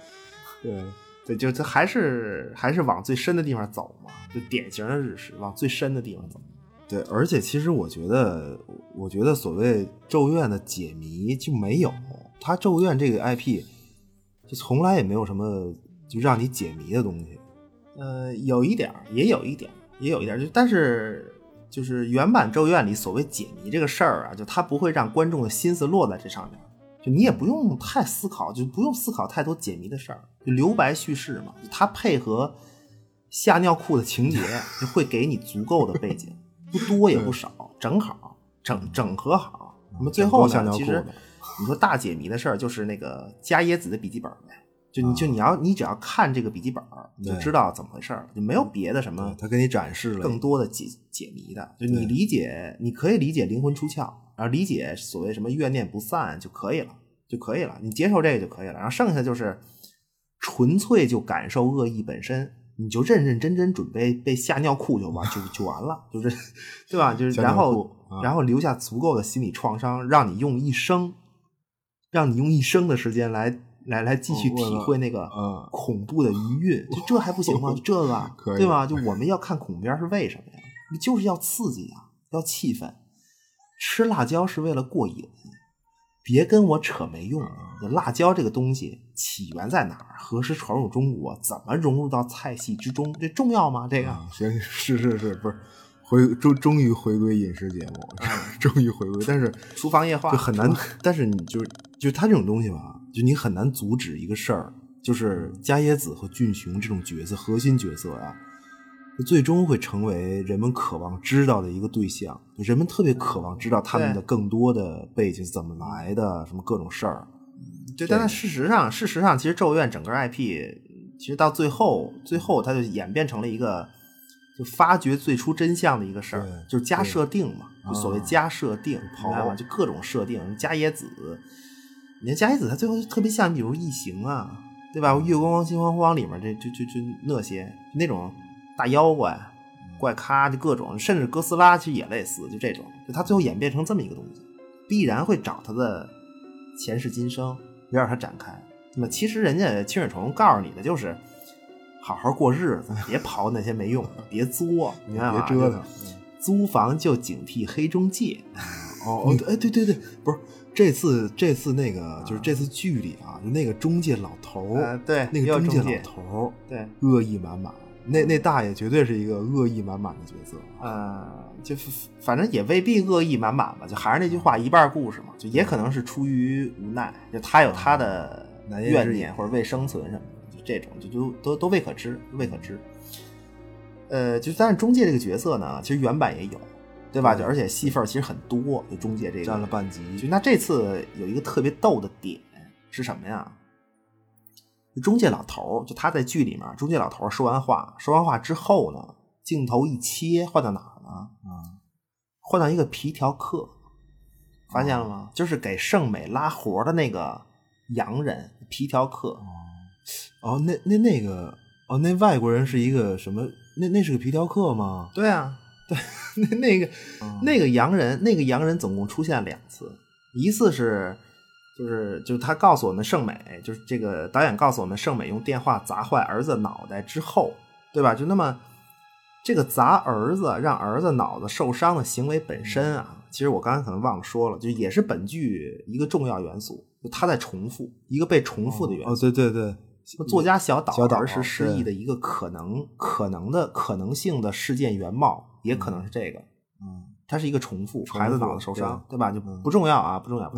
对，
对，就是他还是还是往最深的地方走嘛，就典型的日式，往最深的地方走。
对，而且其实我觉得，我觉得所谓《咒怨》的解谜就没有，它《咒怨》这个 IP 就从来也没有什么就让你解谜的东西。
呃，有一点儿，也有一点儿，也有一点儿，就但是就是原版《咒怨》里所谓解谜这个事儿啊，就它不会让观众的心思落在这上面，就你也不用太思考，就不用思考太多解谜的事儿，就留白叙事嘛，就它配合吓尿裤的情节，就会给你足够的背景，不多也不少，整好，整整合好。那么最后
整
呢，
够吓尿
其
裤
实
的
你说大解谜的事儿，就是那个加耶子的笔记本呗。就你就你要你只要看这个笔记本儿，你就
啊对嗯
知道怎么回事儿，就没有别的什
对
么
它啊给你展示了
更多的解解谜的。就你
对
理解，你可以理解灵魂出窍，然后理解所谓什么怨念不散就可以了，就可以了，你接受这个就可以了。然后剩下就是纯粹就感受恶意本身，你就认认真真准备被吓尿裤就完就就完了，就是对吧？就是
吓
然
尿
后
裤啊
然后留下足够的心理创伤，让你用一生，让你用一生的时间来来来继续
哦我
体会那个
嗯
恐怖的余韵，就这还不 行吗？就这个
可以
对吧？就我们要看恐怖片是为什么呀？你就是要刺激啊，要气氛。吃辣椒是为了过瘾，别跟我扯没用的。辣椒这个东西起源在哪儿？何时传入中国？怎么融入到菜系之中？这重要吗？这个、
啊，行，是是是，不是回终终于回归饮食节目， 终于回归，但是
厨房夜话
就很难。但是你就是就他这种东西吧，就你很难阻止一个事儿，就是加耶子和俊雄这种角色核心角色啊，最终会成为人们渴望知道的一个对象。人们特别渴望知道他们的更多的背景怎么来的，什么各种事儿。
对，但是事实上，事实上，其实《咒怨》整个 IP，其实到最后，最后它就演变成了一个，就发掘最初真相的一个事儿，就是加设定嘛，就所谓加设定，明白啊吗？就各种设定，加野子，你看加野子，他最后特别像，比如《异形》啊，对吧？《月光光心慌慌》里面这就就就那些那种大妖怪、怪咖，就各种，甚至哥斯拉其实也类似，就这种，就他最后演变成这么一个东西，必然会找他的前世今生。围绕它展开，那么其实人家清水虫告诉你的就是，好好过日子， 别刨那些没用的，别作，你看
别折腾，
租房就警惕黑中介。
哦哦，哎对对对，不是这次这次那个就是这次剧里啊，就那个中介老头，
呃对，
哦那呃个中介嗯老头，
对，
恶意满满，那那大爷绝对是一个恶意满满的角色
啊，就反正也未必恶意满满吧，就还是那句话，一半故事嘛。也可能是出于无奈，就他有他的怨念或者为生存什么的，就这种就就都都未可知，未可知。呃，就但是中介这个角色呢，其实原版也有，对吧？就而且戏份其实很多，就中介这个
嗯占了半集。
就那这次有一个特别逗的点是什么呀？就中介老头就他在剧里面，中介老头说完话，说完话之后呢，镜头一切换到哪儿呢？
嗯，
换到一个皮条客。发现了
哦
吗？就是给圣美拉活的那个洋人皮条客。
哦，那那那个哦，那外国人是一个什么？那那是个皮条客吗？
对啊，对， 那那个、嗯、那个洋人，那个洋人总共出现两次，一次是就是就是他告诉我们圣美，就是这个导演告诉我们圣美用电话砸坏儿子脑袋之后，对吧？就那么这个砸儿子让儿子脑子受伤的行为本身啊。其实我刚才可能忘了说了，就也是本剧一个重要元素，就它在重复一个被重复的元素。
哦，对对对，
作家小岛
小岛
是失忆的一个可能、可能的可能性的事件原貌，也可能是这个。
嗯，
它是一个重复，
重复
孩子脑子受伤，
对嗯
吧？就不重要啊，不重要。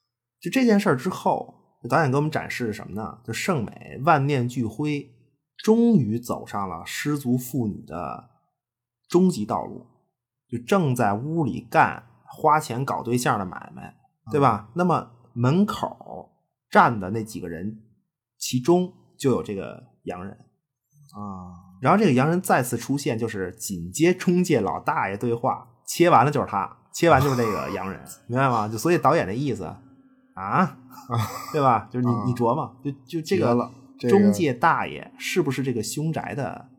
就这件事儿之后，导演给我们展示什么呢？就圣美万念俱灰，终于走上了失足妇女的终极道路。就正在屋里干花钱搞对象的买卖，对吧？嗯、那么门口站的那几个人，其中就有这个洋人
啊。嗯、
然后这个洋人再次出现，就是紧接中介老大爷对话，切完了就是他，切完就是那个洋人，啊、明白吗？就所以导演的意思啊，啊对吧？就是你、
啊、
你琢磨，就就这个中介大爷是不是这个凶宅的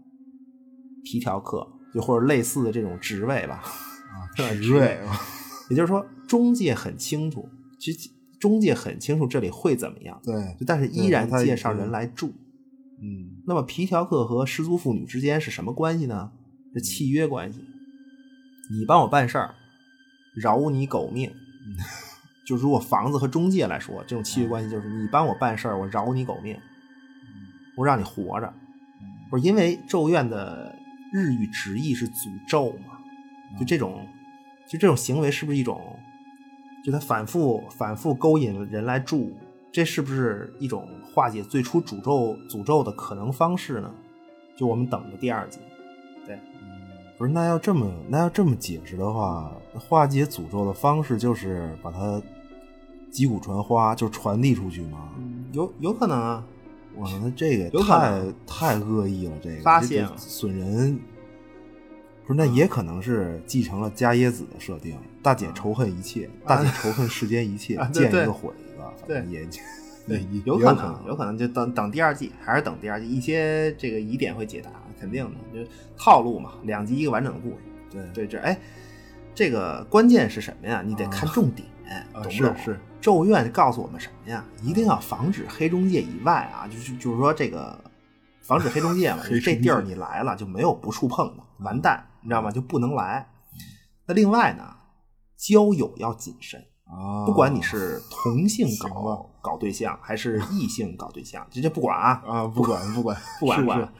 皮条客？就或者类似的这种职位吧，
啊，职位，
也就是说，中介很清楚，其实中介很清楚这里会怎么样，
对，
但是依然介绍人来住，
嗯。
那么皮条客和失足妇女之间是什么关系呢？是契约关系，你帮我办事儿，饶你狗命。
嗯、
就如果房子和中介来说，这种契约关系就是你帮我办事儿，我饶你狗命，我让你活着。不是因为咒怨的。日语直译是诅咒嘛？就这种，就这种行为是不是一种？就他反复反复勾引人来住，这是不是一种化解最初诅咒诅咒的可能方式呢？就我们等着第二集。对，
不是那要这么那要这么解释的话，化解诅咒的方式就是把它击鼓传花，就传递出去吗？
有有可能啊。
我操，那这个太太恶意了，这个
发现
损人，不是那也可能是继承了伽椰子的设定。大
啊
姐仇恨一切，大姐仇恨世间一切，见一个毁一个，
对，
也
对，有可能，有可能就等等第二季，还是等第二季，一些这个疑点会解答，肯定的，就套路嘛，两集一个完整的故事。
对
对，这哎，这个关键是什么呀？你得看重点，懂不懂？
啊是。
咒怨告诉我们什么呀？一定要防止黑中介以外啊，就是就是说这个防止黑中 介嘛，就这地儿你来了就没有不触碰的，完蛋，你知道吗？就不能来。那另外呢，交友要谨慎
啊，
不管你是同性搞搞对象还 是异性搞对象，这这不管啊
啊，不管不管
不管管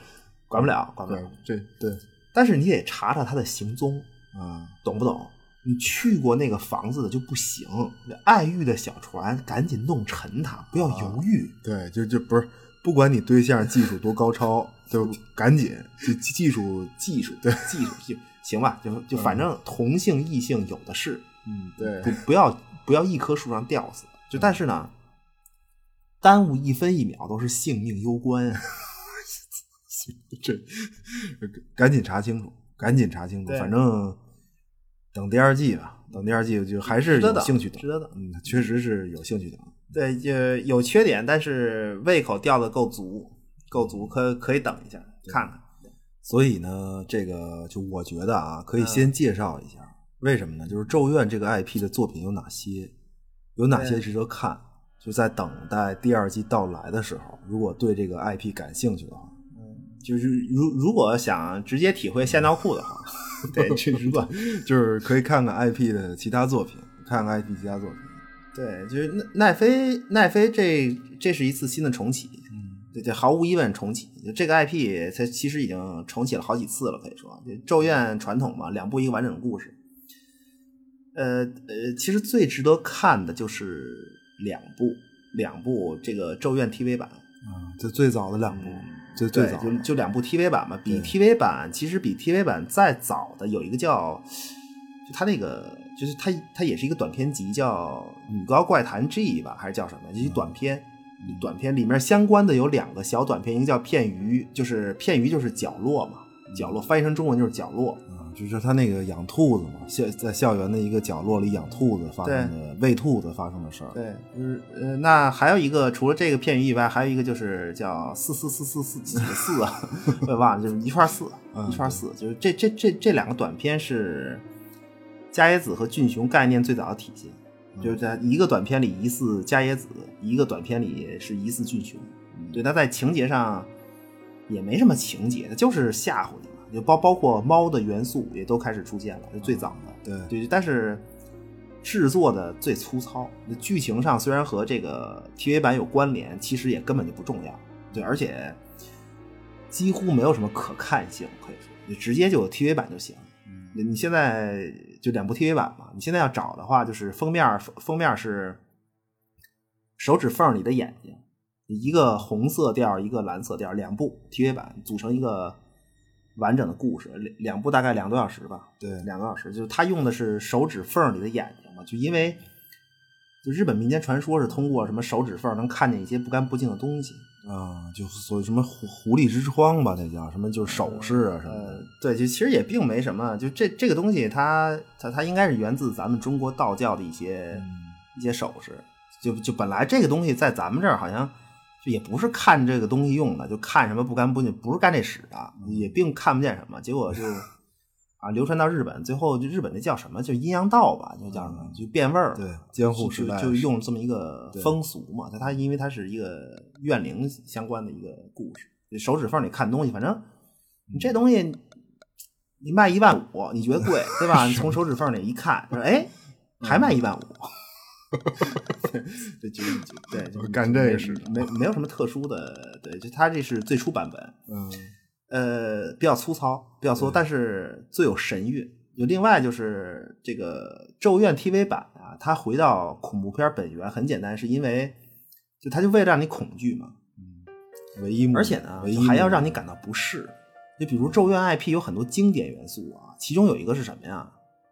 管不了，管不了。
这对，
但是你得查查他的行踪
啊，
懂不懂？你去过那个房子的就不行，爱玉的小船赶紧弄沉它，不要犹豫。
啊、对，就就不是不管你对象技术多高超，就赶紧就技技术
技术
对
技术技行吧，就就反正同性异性有的是，
嗯对
不不要不要一棵树上吊死。就但是呢，耽误一分一秒都是性命攸关啊。
这赶紧查清楚，赶紧查清楚，
对
反正等第二季吧，等第二季就还是
值得
有
等
兴趣的
值，得等。
嗯，确实是有兴趣的。
对，呃，有缺点，但是胃口吊的够足，够足，可可以等一下看看。
所以呢，这个就我觉得啊，可以
嗯
先介绍一下，为什么呢？就是《咒怨》这个 IP 的作品有哪些，有哪些
对
值得看，就在等待第二季到来的时候，如果对这个 IP 感兴趣的话，
就是如如果想直接体会吓尿裤的话， 对，去如果
就是可以看看 IP 的其他作品，看看 IP 其他作品。
对，就是奈奈飞奈飞这这是一次新的重启，对对，毫无疑问重启。就这个 IP 它其实已经重启了好几次了，可以说，就咒怨传统嘛，两部一个完整的故事。呃呃，其实最值得看的就是两部两部这个咒怨 TV 版，
啊，就最早的两部，最最
嗯对，
早
就就两部 TV 版嘛，比
对
TV 版其实比 TV 版再早的有一个叫，就它那个就是它它也是一个短片集，叫《女高怪谈 G》吧，还是叫什么？就是一
嗯
短片，短片里面相关的有两个小短片，一个叫《片鱼》，就是《片鱼》就是角落嘛，角
嗯
落翻译成中文就是角落，
啊，就是他那个养兔子嘛，校在校园的一个角落里养兔子发生的，喂兔子发生的事儿。
对，就是呃，那还有一个除了这个片语以外，还有一个就是叫四四四四四几个四啊， 我也忘了，就是一串四，
嗯
一串四，就是这这这这两个短片是加野子和俊雄概念最早的体现，
嗯
就是在一个短片里疑似加野子，一个短片里是疑似俊雄。
嗯
对，它在情节上也没什么情节，它就是吓唬你嘛，就包包括猫的元素也都开始出现了，就最早的。
对
对，但是制作的最粗糙，剧情上虽然和这个 TV 版有关联，其实也根本就不重要。对，而且几乎没有什么可看性，可以说你直接就有 TV 版就行。你现在就两部 TV 版嘛，你现在要找的话，就是封面封面是手指缝里的眼睛，一个红色调，一个蓝色调，两部 TV 版组成一个完整的故事，两两部大概两个多小时吧。
对
两个小时，就是他用的是手指缝里的眼睛嘛，就因为就日本民间传说是通过什么手指缝能看见一些不干不净的东西，
啊，就是所谓什么狐狐狸之窗吧，那叫什么，就是首饰啊什么
呃
的。，
对，就其实也并没什么，就这这个东西它，它它应该是源自咱们中国道教的一些、
嗯哎
一些首饰，就就本来这个东西在咱们这儿好像就也不是看这个东西用的，就看什么不干不净，不是干这使的，也并看不见什么，结果就啊流传到日本，最后就日本那叫什么，就阴阳道吧，就叫什么，就变味儿了，
对，监护时
就
代
就用这么一个
对
风俗嘛，它它因为它是一个怨灵相关的一个故事，手指缝里看东西，反正你
嗯
这东西你卖一万五，你觉得 贵对吧？你从手指缝里一看，说哎，还卖一万 五，对，就就对，就
我干这个
没
事
没没有什么特殊的，对，就它这是最初版本，
嗯
呃，比较粗糙，比较粗，但是最有神韵。有另外就是这个《咒怨》TV 版啊，它回到恐怖片本源很简单，是因为就它就为了让你恐惧嘛，
唯一目的，
而且呢
嗯唯一
就
目的
还要让你感到不适。就比如《咒怨》IP 有很多经典元素啊，其中有一个是什么呀？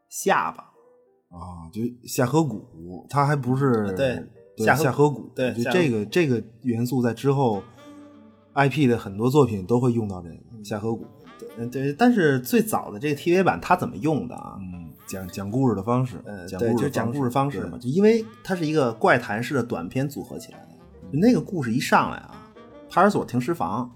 下巴，
啊，就下颌骨，它还不是
啊对
对
下颌
下颌骨，
对
就
下颌
这个这个元素在之后 IP 的很多作品都会用到这个下颌骨。
嗯，对。但是最早的这个 TV 版它怎么用的啊？
嗯，讲讲故事的方式，
呃，
讲
对，
故
就
事
是讲故事方式嘛，
对
就因为它是一个怪谈式的短片组合起来的。就那个故事一上来啊，派出所停尸房，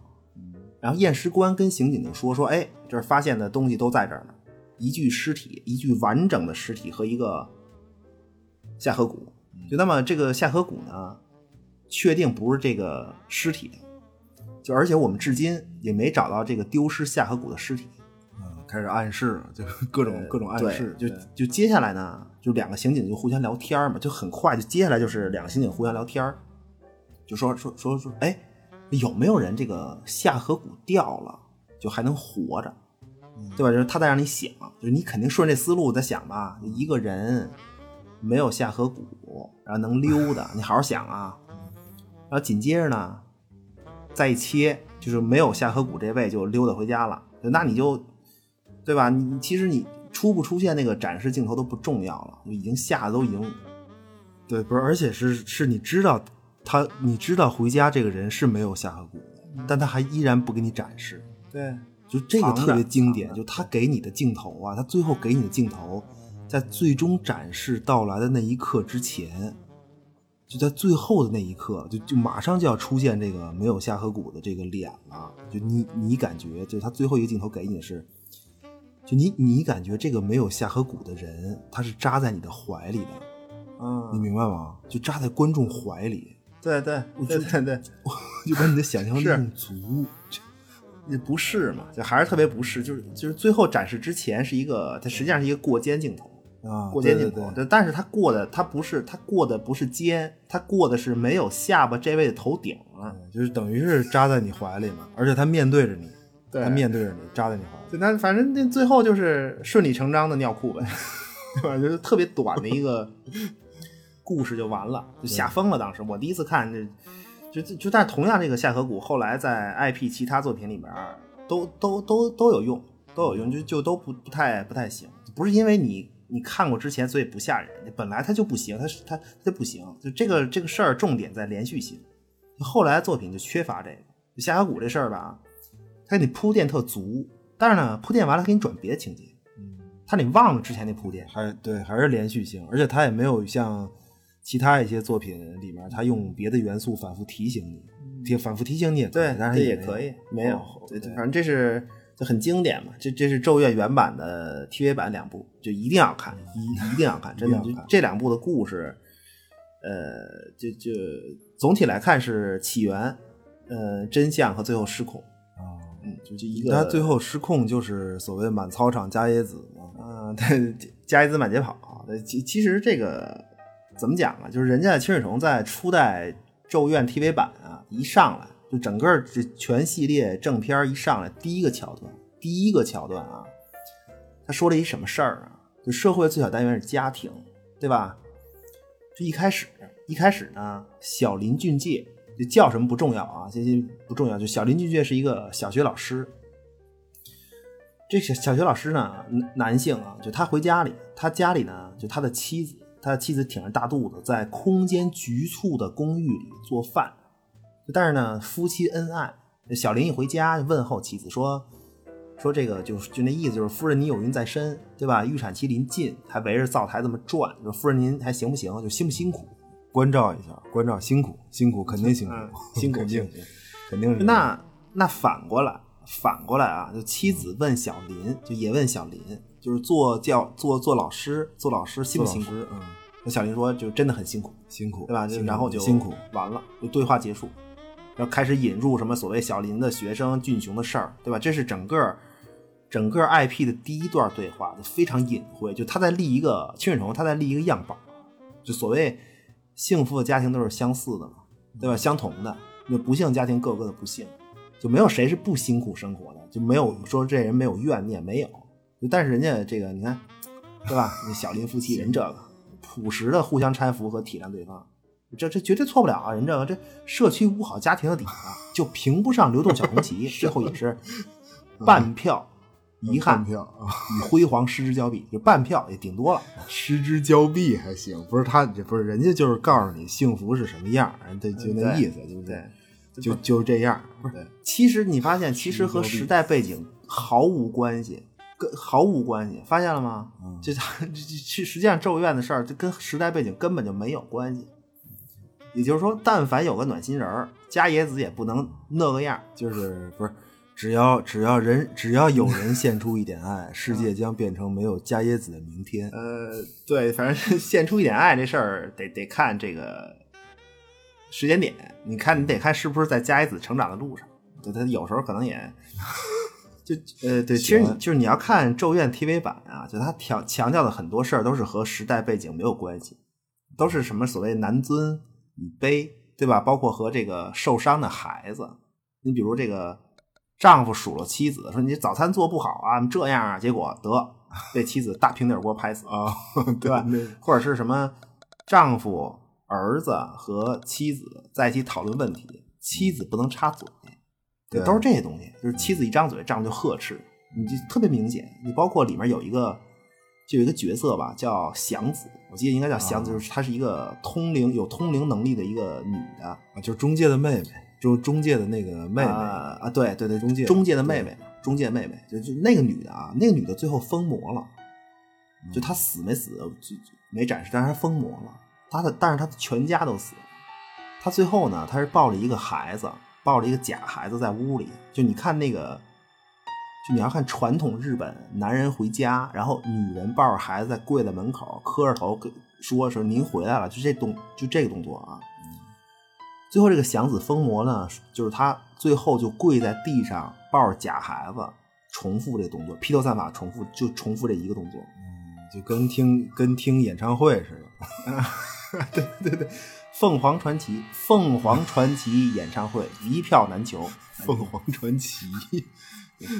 然后验尸官跟刑警就说说，哎，这儿发现的东西都在这儿呢，一具尸体，一具完整的尸体和一个下颌骨。
嗯
就那么这个下颌骨呢，确定不是这个尸体，就而且我们至今也没找到这个丢失下颌骨的尸体。
嗯开始暗示， 就是各种各种暗
呃对
示，
就
对
就接下来呢，就两个刑警就互相聊天儿嘛，就很快就接下来就是两个刑警互相聊天儿就说说说说，哎，有没有人这个下颌骨掉了，就还能活着，对吧？就是他在让你想，就是你肯定顺这思路在想吧，一个人没有下颌骨，然后能溜达，你好好想啊。然后紧接着呢，再一切，就是没有下颌骨这位就溜达回家了。那你就，对吧？你其实你出不出现那个展示镜头都不重要了，已经吓得都已经
对，不是，而且是是你知道他，你知道回家这个人是没有下颌骨的，但他还依然不给你展示。
对，
就这个
藏着
特别经典，
藏
就
着
他给你的镜头啊，他最后给你的镜头，在最终展示到来的那一刻之前，就在最后的那一刻，就就马上就要出现这个没有下颌骨的这个脸了。就你你感觉，就他最后一个镜头给你的是，就你你感觉这个没有下颌骨的人，他是扎在你的怀里的，你
嗯，
明白吗？就扎在观众怀里，
对对对对 对，
就把你的想象力
是
用足。
你不是嘛？就还是特别不是，就是就是最后展示之前是一个，它实际上是一个过肩镜头，
啊，
过
对
肩
对
镜
对
头。但但是它过的它不是它过的不是肩，它过的是没有下巴这位的头顶啊。
嗯就是等于是扎在你怀里嘛，而且他面对着你，
对
他面对着你，扎在你怀里。
对，那反正那最后就是顺理成章的尿裤呗，对吧？就是特别短的一个故事就完了，就吓疯了。当时我第一次看就就就，但同样这个下颌骨后来在 IP 其他作品里边儿都都都都有用，都有用，就就都不不太不太行。不是因为你你看过之前所以不吓人，本来它就不行，它是它它就不行。就这个这个事儿重点在连续性，后来作品就缺乏这个。就下颌骨这事儿吧，啊它给你铺垫特足，但是呢，铺垫完了给你转别的情节，
嗯，
它你忘了之前那铺垫。
还对，还是连续性，而且他也没有像其他一些作品里面，他用别的元素反复提醒你，提反复提醒你也可以
嗯对，
但
这
是
也
没
可以，
没
没有，哦对，反正这是就很经典嘛。这这是《咒怨》原版的 TV 版两部，就一定要看，嗯 一一定要看，真的，
一定
就
要看
这两部的故事，呃，就就总体来看是起源，呃，真相和最后失控，
啊，
嗯，就这一个。
他最后失控就是所谓满操场加野子嘛，
啊， 对，加一兹满街跑。啊对其其实这个怎么讲啊？就是人家清水虫在初代《咒怨》TV 版啊，一上来就整个这全系列正片儿一上来，第一个桥段，第一个桥段啊，他说了一什么事儿啊？就社会最小单元是家庭，对吧？就一开始，一开始呢，小林俊介就叫什么不重要啊，这些不重要。就小林俊介是一个小学老师，这小小学老师呢，男男性啊，就他回家里，他家里呢，就他的妻子，他的妻子挺着大肚子，在空间局促的公寓里做饭，但是呢，夫妻恩爱。小林一回家就问候妻子说：“说这个就是就那意思，就是夫人你有孕在身，对吧？预产期临近，还围着灶台这么转，说夫人您还行不行？就辛不辛苦？
关照一下，关照辛苦辛苦，肯定辛苦，
嗯辛苦
肯
辛
定
苦。”
肯定是
那那反过来，反过来啊，就妻
嗯
子问小林，就也问小林，就是做教做做老师，做老师辛
做
不
老
辛苦？
师嗯，
那小林说，就真的很辛苦，
辛苦
对吧？就
辛苦
然后就
辛苦，
完了，就对话结束，然后开始引入什么所谓小林的学生俊雄的事儿，对吧？这是整个整个 IP 的第一段对话，就非常隐晦，就他在立一个清水虫，他在立一个样板儿，就所谓幸福的家庭都是相似的嘛，对吧？相同的，那不幸的家庭各有各的不幸，就没有谁是不辛苦生活的，就没有说这人没有怨念，没有。就但是人家这个，你看，对吧？那小林夫妻人这个朴实的互相搀扶和体谅对方，这这绝对错不了啊！人这个这社区五好家庭的底子啊，就评不上流动小红 旗，最后也是半票，遗憾
饭票啊，
与辉煌失之交臂，就半票也顶多了。
失之交臂还行，不是他，这不是人家就是告诉你幸福是什么样，
哎
对，就那意思，嗯对不对？就就这样，对，
其实你发现，其实和时代背景毫无关系，跟毫无关系，发现了吗？这这这这实际上咒怨的事儿，这跟时代背景根本就没有关系。也就是说，但凡有个暖心人儿，加野子也不能那个样儿。
就是不是，只要只要人只要有人献出一点爱，世界将变成没有加耶子的明天。
呃，对，反正献出一点爱这事儿，得得看这个时间点。你看，你得看是不是在加一子成长的路上。对他有时候可能也就呃，对，其实你就是你要看《咒怨》TV 版啊，就他强强调的很多事儿都是和时代背景没有关系，都是什么所谓男尊女卑，对吧？包括和这个受伤的孩子，你比如这个丈夫数落妻子，说你早餐做不好啊，这样啊，结果得被妻子大平底锅拍死啊，对吧？或者是什么丈夫、儿子和妻子在一起讨论问题，妻子不能插嘴，
对
都是这些东西。就是妻子一张嘴，丈夫就呵斥，你就特别明显。你包括里面有一个，就有一个角色吧，叫祥子，我记得应该叫祥
啊
子，就是她是一个通灵有通灵能力的一个女的，
啊，就是中介的妹妹，就中介的那个妹妹，
啊啊，对对对，
中介
中介的妹妹，中介妹妹，就就那个女的啊，那个女的最后疯魔了，就她死没死就就没展示，但是她疯魔了，她的但是她的全家都死了，她最后呢，她是抱着一个孩子，抱着一个假孩子在屋里，就你看那个。就你要看传统日本，男人回家，然后女人抱着孩子在跪在门口，磕着头跟说说您回来了，就这动就这个动作啊。最后这个祥子疯魔呢，就是他最后就跪在地上抱着假孩子，重复这动作，披头散发，重复就重复这一个动作。
嗯就跟听跟听演唱会似的。
对对对，凤凰传奇，凤凰传奇演唱会一票难求。
凤凰传奇，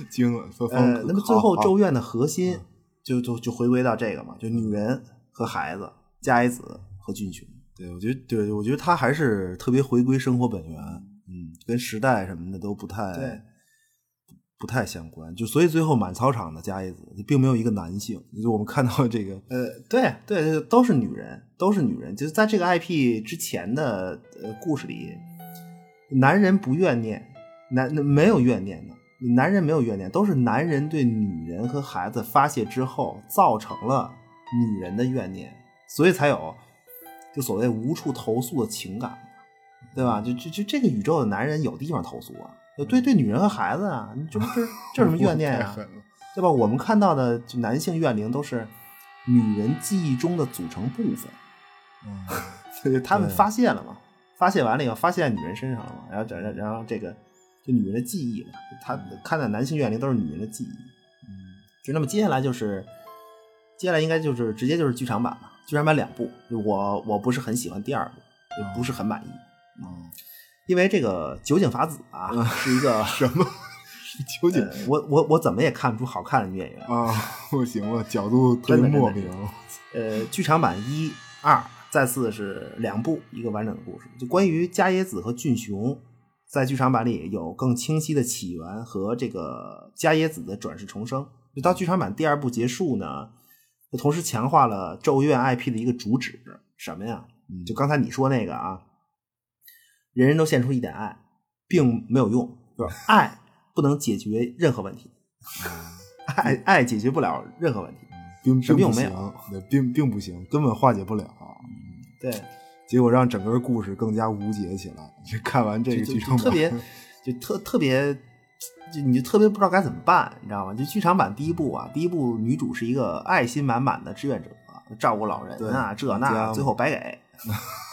惊了，凤凰
呃，那么最后
好
《
好嗯
咒怨》的核心就就就回归到这个嘛，就女人和孩子、加一子和菌群。
对我觉得，对我觉得他还是特别回归生活本源，嗯，跟时代什么的都不太
对
不太相关。就所以最后满操场的加一子，并没有一个男性。就我们看到这个，
呃，对对对，都是女人，都是女人。就是在这个 IP 之前的呃故事里，男人不怨念，男没有怨念的，男人没有怨念，都是男人对女人和孩子发泄之后，造成了女人的怨念，所以才有就所谓无处投诉的情感，对吧？就就就这个宇宙的男人有地方投诉啊，就对对女人和孩子啊，你这不这这有什么怨念啊
太
呀、
狠了。
对吧？我们看到的就男性怨灵都是女人记忆中的组成部分，
嗯
就是他们
对
发泄了嘛，发泄完了以后发泄在女人身上了嘛，然后然后然后这个就女人的记忆嘛，他看到男性怨灵都是女人的记忆，嗯，就那么接下来就是接下来应该就是直接就是剧场版了，剧场版两部，就我我不是很喜欢第二部，就不是很满意，
嗯，
因为这个酒井法子啊是一个 什 么？
究竟
呃我我我怎么也看不出好看的女演员，
啊，不行了，角度特别
真的真的
莫名。
呃，剧场版一、二再次是两部一个完整的故事。就关于加野子和俊雄，在剧场版里有更清晰的起源和这个加野子的转世重生。就到剧场版第二部结束呢，就同时强化了《咒怨》IP 的一个主旨，什么呀？
嗯
就刚才你说那个啊，人人都献出一点爱，并没有用，就是爱不能解决任何问题， 爱爱解决不了任何问题。
并
什
并
么
不
用没有
行，对并并不行，根本化解不了，
对，
结果让整个故事更加无解起来。这看完这个
就
剧
就
场
就
版，
特 别，就特特别，就你就特别不知道该怎么办，你知道吗？就剧场版第一部啊，第一部女主是一个爱心满满的志愿者啊、照顾老人啊，这
家
那，
嘛
最后 白给，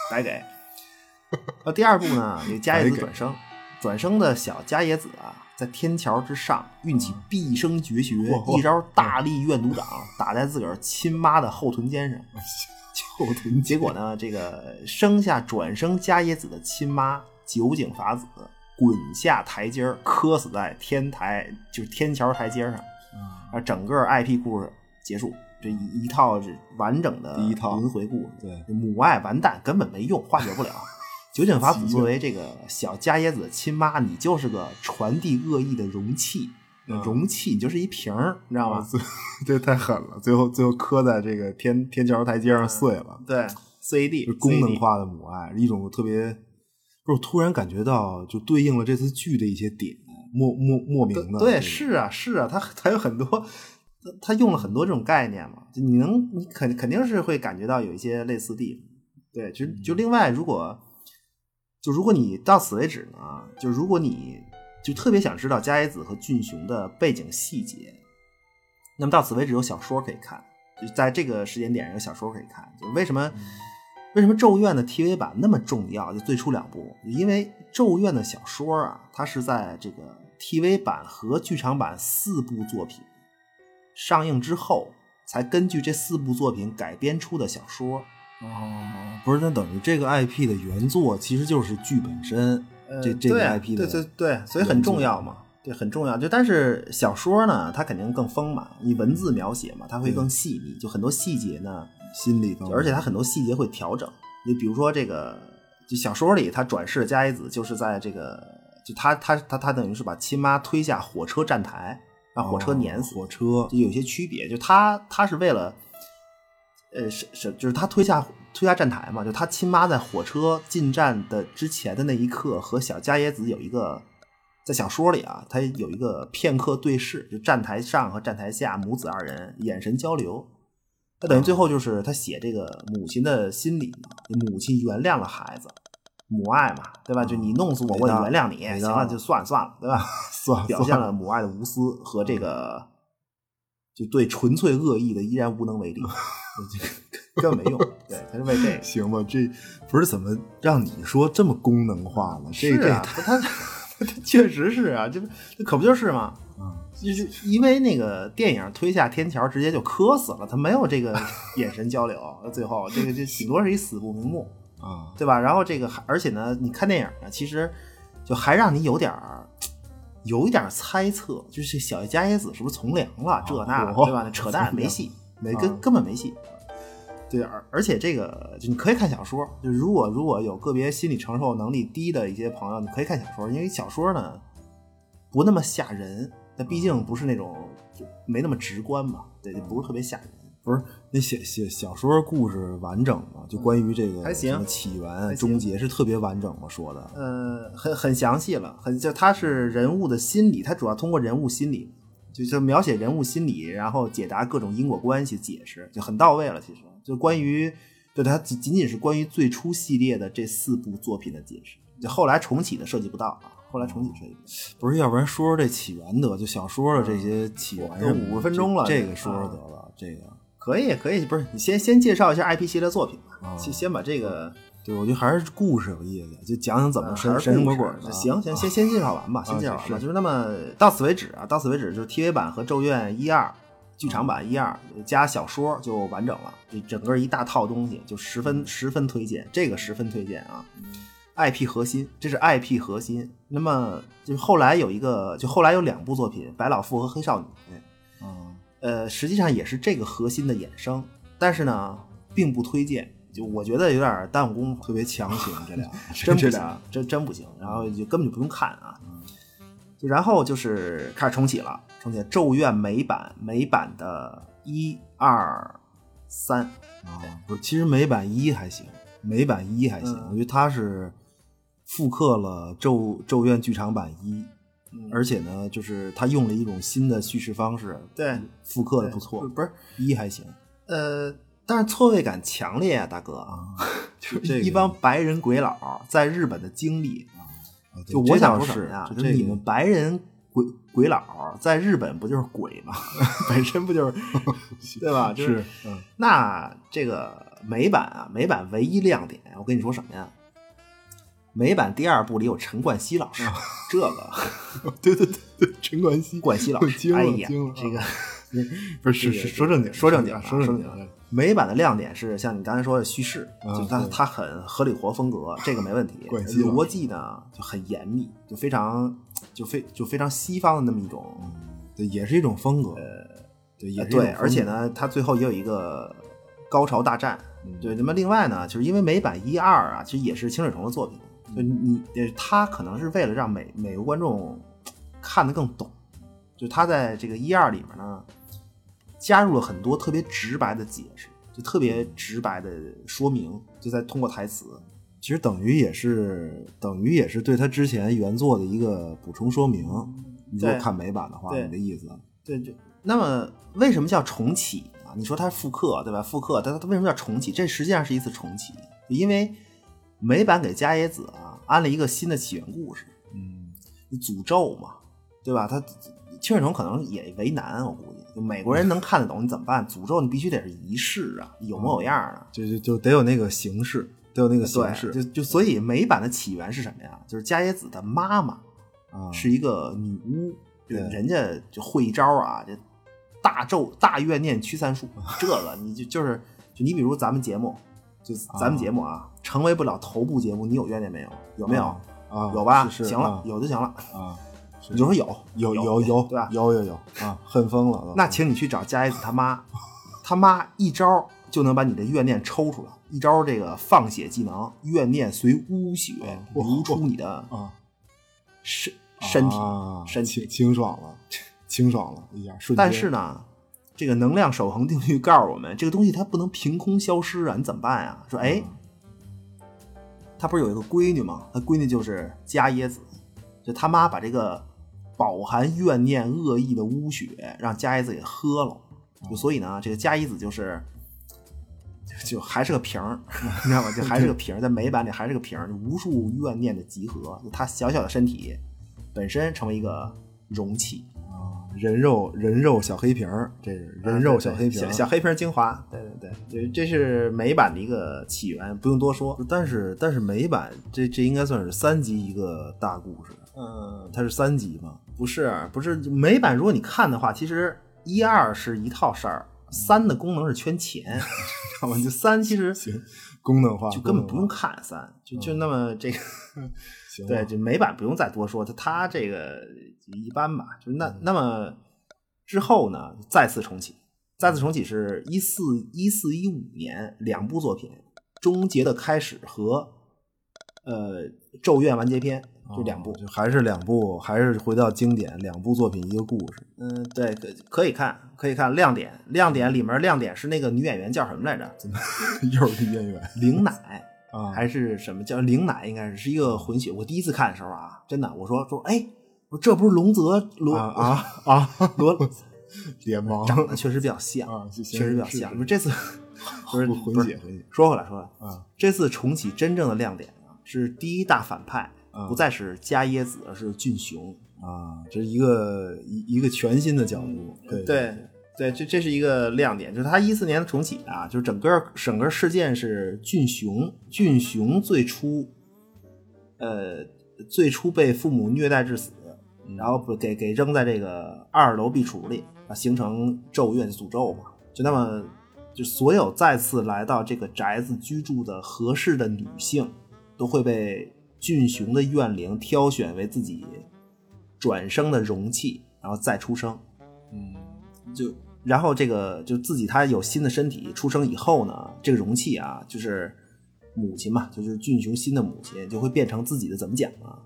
白给。那第二部呢，有加野子转生，转生的小加野子啊，在天桥之上运起毕生绝学，
哇啊哇
一招大力怨毒掌打在自个儿亲妈的后臀尖上。
后臀
结果呢，这个生下转生加耶子的亲妈酒井法子滚下台阶儿，磕死在天台，就是天桥台阶上。
嗯
啊，整个 IP 故事结束，这一一套这完整的
第一套
轮回故事。
对，
母爱完蛋，根本没用，化解不了。酒井法子作为这个小加耶子的亲妈，你就是个传递恶意的容器，
嗯
容器你就是一瓶儿，你知道吗？
啊这太狠了，最后最后磕在这个天天桥台阶上碎了，
对，CAD
就是功能
CAD
化的母爱，一种特别，不是我突然感觉到就对应了这次剧的一些点，莫莫莫名的，
对，
这个
是啊，是啊，他他有很多，他他用了很多这种概念嘛，就你能你肯肯定是会感觉到有一些类似地方。对，就
嗯
就另外，如果就如果你到此为止呢，就如果你就特别想知道加野子和俊雄的背景细节，那么到此为止有小说可以看，就在这个时间点上有小说可以看。就为什么、为什么《咒怨》的 TV 版那么重要？就最初两部，因为《咒怨》的小说啊，它是在这个 TV 版和剧场版四部作品上映之后，才根据这四部作品改编出的小说。
哦，不是，那等于这个 IP 的原作其实就是剧本身，这这个
呃对啊
IP 的
对对对，所以很重要嘛，对，很重要。就但是小说呢，它肯定更丰满，你文字描写嘛，它会更细腻，就很多细节呢，
心理方面，
而且它很多细节会调整。你比如说这个就小说里他转世加一子就是在这个，就他他他他等于是把亲妈推下火车站台，让哦火车碾死，
火车
就有些区别。就他他是为了，呃，是是就是他推下推下站台嘛，就他亲妈在火车进站的之前的那一刻和小加野子有一个。在小说里啊，他有一个片刻对视，就站台上和站台下母子二人眼神交流。他等于最后就是他写这个母亲的心理，母亲原谅了孩子，母爱嘛，对吧？就你弄死我，我也原谅你，行了就算了算了，对吧？
算
表现了母爱的无私和这个就对纯粹恶意的依然无能为 力，根本没用。对，他是为这个。
行吧，这不是怎么让你说这么功能化了？这
是啊，
这
他。确实是啊，这这可不就是吗？
嗯，
就是因为那个电影推下天桥直接就磕死了，他没有这个 眼神交流，最后这个这顶多是一死不瞑目
啊，
对吧？然后这个还而且呢，你看电影呢，其实就还让你有点儿有一点猜测，就是小加野子是不是从良了？啊、这那对吧？扯淡没戏，没根、
啊、
根本没戏。对，而而且这个就你可以看小说，就如果如果有个别心理承受能力低的一些朋友，你可以看小说，因为小说呢不那么吓人，那毕竟不是那种就没那么直观嘛，对，就不是特别吓人。
不是那写写小说故事完整吗？就关于这个
嗯还行
起源、终结是特别完整吗？说的
呃，很很详细了，很就它是人物的心理，它主要通过人物心理，就是描写人物心理，然后解答各种因果关系，解释就很到位了，其实。就关于，对它仅仅仅是关于最初系列的这四部作品的解释，就后来重启的涉及不到啊，后来重启涉及
不不是，要不然说说这起源得，就小说的这些起源
都五十分钟了，
这个说说得了，这个
可以可以，不是你先先介绍一下 IP 系列作品吧，先先把这个，
啊对我觉得还是故事有意思，就讲讲怎
啊呃
么神
神
鬼鬼啊的，啊
行行，先先介绍完吧，先介绍完吧，就是那么到此为止啊，到此为止就是 TV 版和《咒怨》一二。剧场版一二加小说就完整了，这整个一大套东西就十
嗯
分十分推荐，这个十分推荐啊！IP 核心，这是 IP 核心。那么就后来有一个，就后来有两部作品《白老妇》和《黑少女》，哎
嗯，
呃，实际上也是这个核心的衍生，但是呢，并不推荐。就我觉得有点耽误功夫，
特别强行，这 俩
真不行，真真不行。然后就根本就不用看啊。就然后就是开始重启了，重启《咒怨》美版，美版的一二三
啊，不是，其实美版一还行，美版一还行，
嗯、
我觉得它是复刻了咒《咒咒怨》剧场版一，
嗯、
而且呢，就是它用了一种新的叙事方式，
对，
复刻的不错，
不是
一还行，
呃，但是错位感强烈啊，大哥啊，
就这个、
一帮白人鬼佬在日本的经历。
啊对
就我想说
这
什
倒
么呀？
是
就
这
是你
个
们白人鬼鬼佬在日本不就是鬼吗？ 本身不就是对吧？就是
嗯
那这个美版啊，美版唯一亮点，我跟你说什么呀？美版第二部里有陈冠 希老师，这个
对对对对，陈冠希，
冠希老师，
惊了
哎呀
惊了，啊
这 个
不是是说正经，
说正
经
经啊，
说
说
正
正经。美版的亮点是像你刚才说的叙事，
啊
就它
对
它很合理活风格，这个没 问题。
怪鸡了
逻辑呢就很严密，就非常就非就非常西方的那么一种。
对，也是一种风格，对，也是一种
呃对，而且呢，它最后也有一个高潮大战。
嗯
对，那么另外呢，就是因为美版一二啊，其实也是清水虫的作品，
嗯
就你呃，他可能是为了让美美国观众看得更懂，就他在这个一二里面呢，加入了很多特别直白的解释，就特别直白的说明，就在通过台词。
其实等于也是等于也是对他之前原作的一个补充说明。你如果
对
看美版的话，
对
你的意思
对，就那么为什么叫重启啊？你说它是复刻，对吧？复刻，但它它为什么叫重启？这实际上是一次重启，因为美版给加野子啊安了一个新的起源故事，
嗯，
诅咒嘛，对吧？他清水虫可能也为难，我估计就美国人能看得懂，你怎么办？诅咒你必须得是仪式啊，有模有样儿的。
就就就得有那个形式，得有那个嗯形式
对，就就所以美版的起源是什么呀？就是加野子的妈妈
啊，
是一个女巫，就
对
人家就会一招啊，这大咒大怨念驱散术， 这个你就就是就你比如咱们节目，就咱们节目啊，成为不了头部节目，你有怨念没有？有没有？
啊啊，
有吧？
是是
行了，
啊
有就行了，
啊，是
你就说有，
有
有
有有
对吧？
有有有啊，恨疯了都，
那请你去找加耶子他妈，他妈一招就能把你的怨念抽出来。一招这个放血技能，怨念随污血
啊
流出你的
啊
身身体
啊
身体
清清爽了，清爽了一下，瞬间。
但是呢，这个能量守恒定律告诉我们，这个东西它不能凭空消失啊，你怎么办啊？说哎，
嗯
他不是有一个闺女吗？他闺女就是伽椰子，就他妈把这个饱含怨念、恶意的污血让伽椰子给喝了，
嗯
就所以呢，这个伽椰子就是。就就还是个瓶儿， 你知道吗？就还是个瓶儿，在美版里还是个瓶儿，就无数怨念的集合。就他小小的身体本身成为一个容器，
啊，人肉人肉小黑瓶儿，这是人肉小黑瓶
小
儿，
啊小黑瓶精华，对对对，这这是美版的一个起源，不用多说。
但是但是美版这这应该算是三集一个大故事，
嗯，
它是三集嘛？
不是啊不是美版，如果你看的话，其实一二是一套事儿，三的功能是圈钱， 知道吗？就三 其实
行，功能化
就根本
功
不
能
用
化
看三，就
嗯
就那么这个，
行吧
对，这美版不用再多说，它它这个一般吧。就那
嗯
那么之后呢，再次重启，再次重启是一四一四一五年两部作品《终结的开始》和呃《咒怨完结篇》这两部。
哦就还是两部，还是回到经典，两部作品一个故事。
嗯，对，可可以看，可以看亮点，亮点里面亮点是那个女演员叫什么来着？
又是一渊源
玲奶。
啊，
还是什么叫灵奶，应该是是一个混血。我第一次看的时候啊，真的，我说说，哎，我说这不是龙泽罗
啊啊啊，
罗
联盟
长得确实比较像，
啊，确
确实比较像。不是这次不是
混
不
混
是
血混血
说回来说回来
啊，
这次重启真正的亮点啊，是第一大反派
啊
不再是伽椰子，而是俊雄。
啊，这是一个一一个全新的角度，对
嗯对对，这这是一个亮点，就是他一四年的重启啊，就是整个整个事件是俊雄，俊雄最初，呃，最初被父母虐待致死，
嗯
然后不给给扔在这个二楼壁橱里啊，形成咒怨诅咒嘛，就那么。就所有再次来到这个宅子居住的合适的女性，都会被俊雄的怨灵挑选为自己转生的容器，然后再出生。嗯就然后这个就自己他有新的身体，出生以后呢，这个容器啊，就是母亲嘛，就是俊雄新的母亲，就会变成自己的怎么讲啊，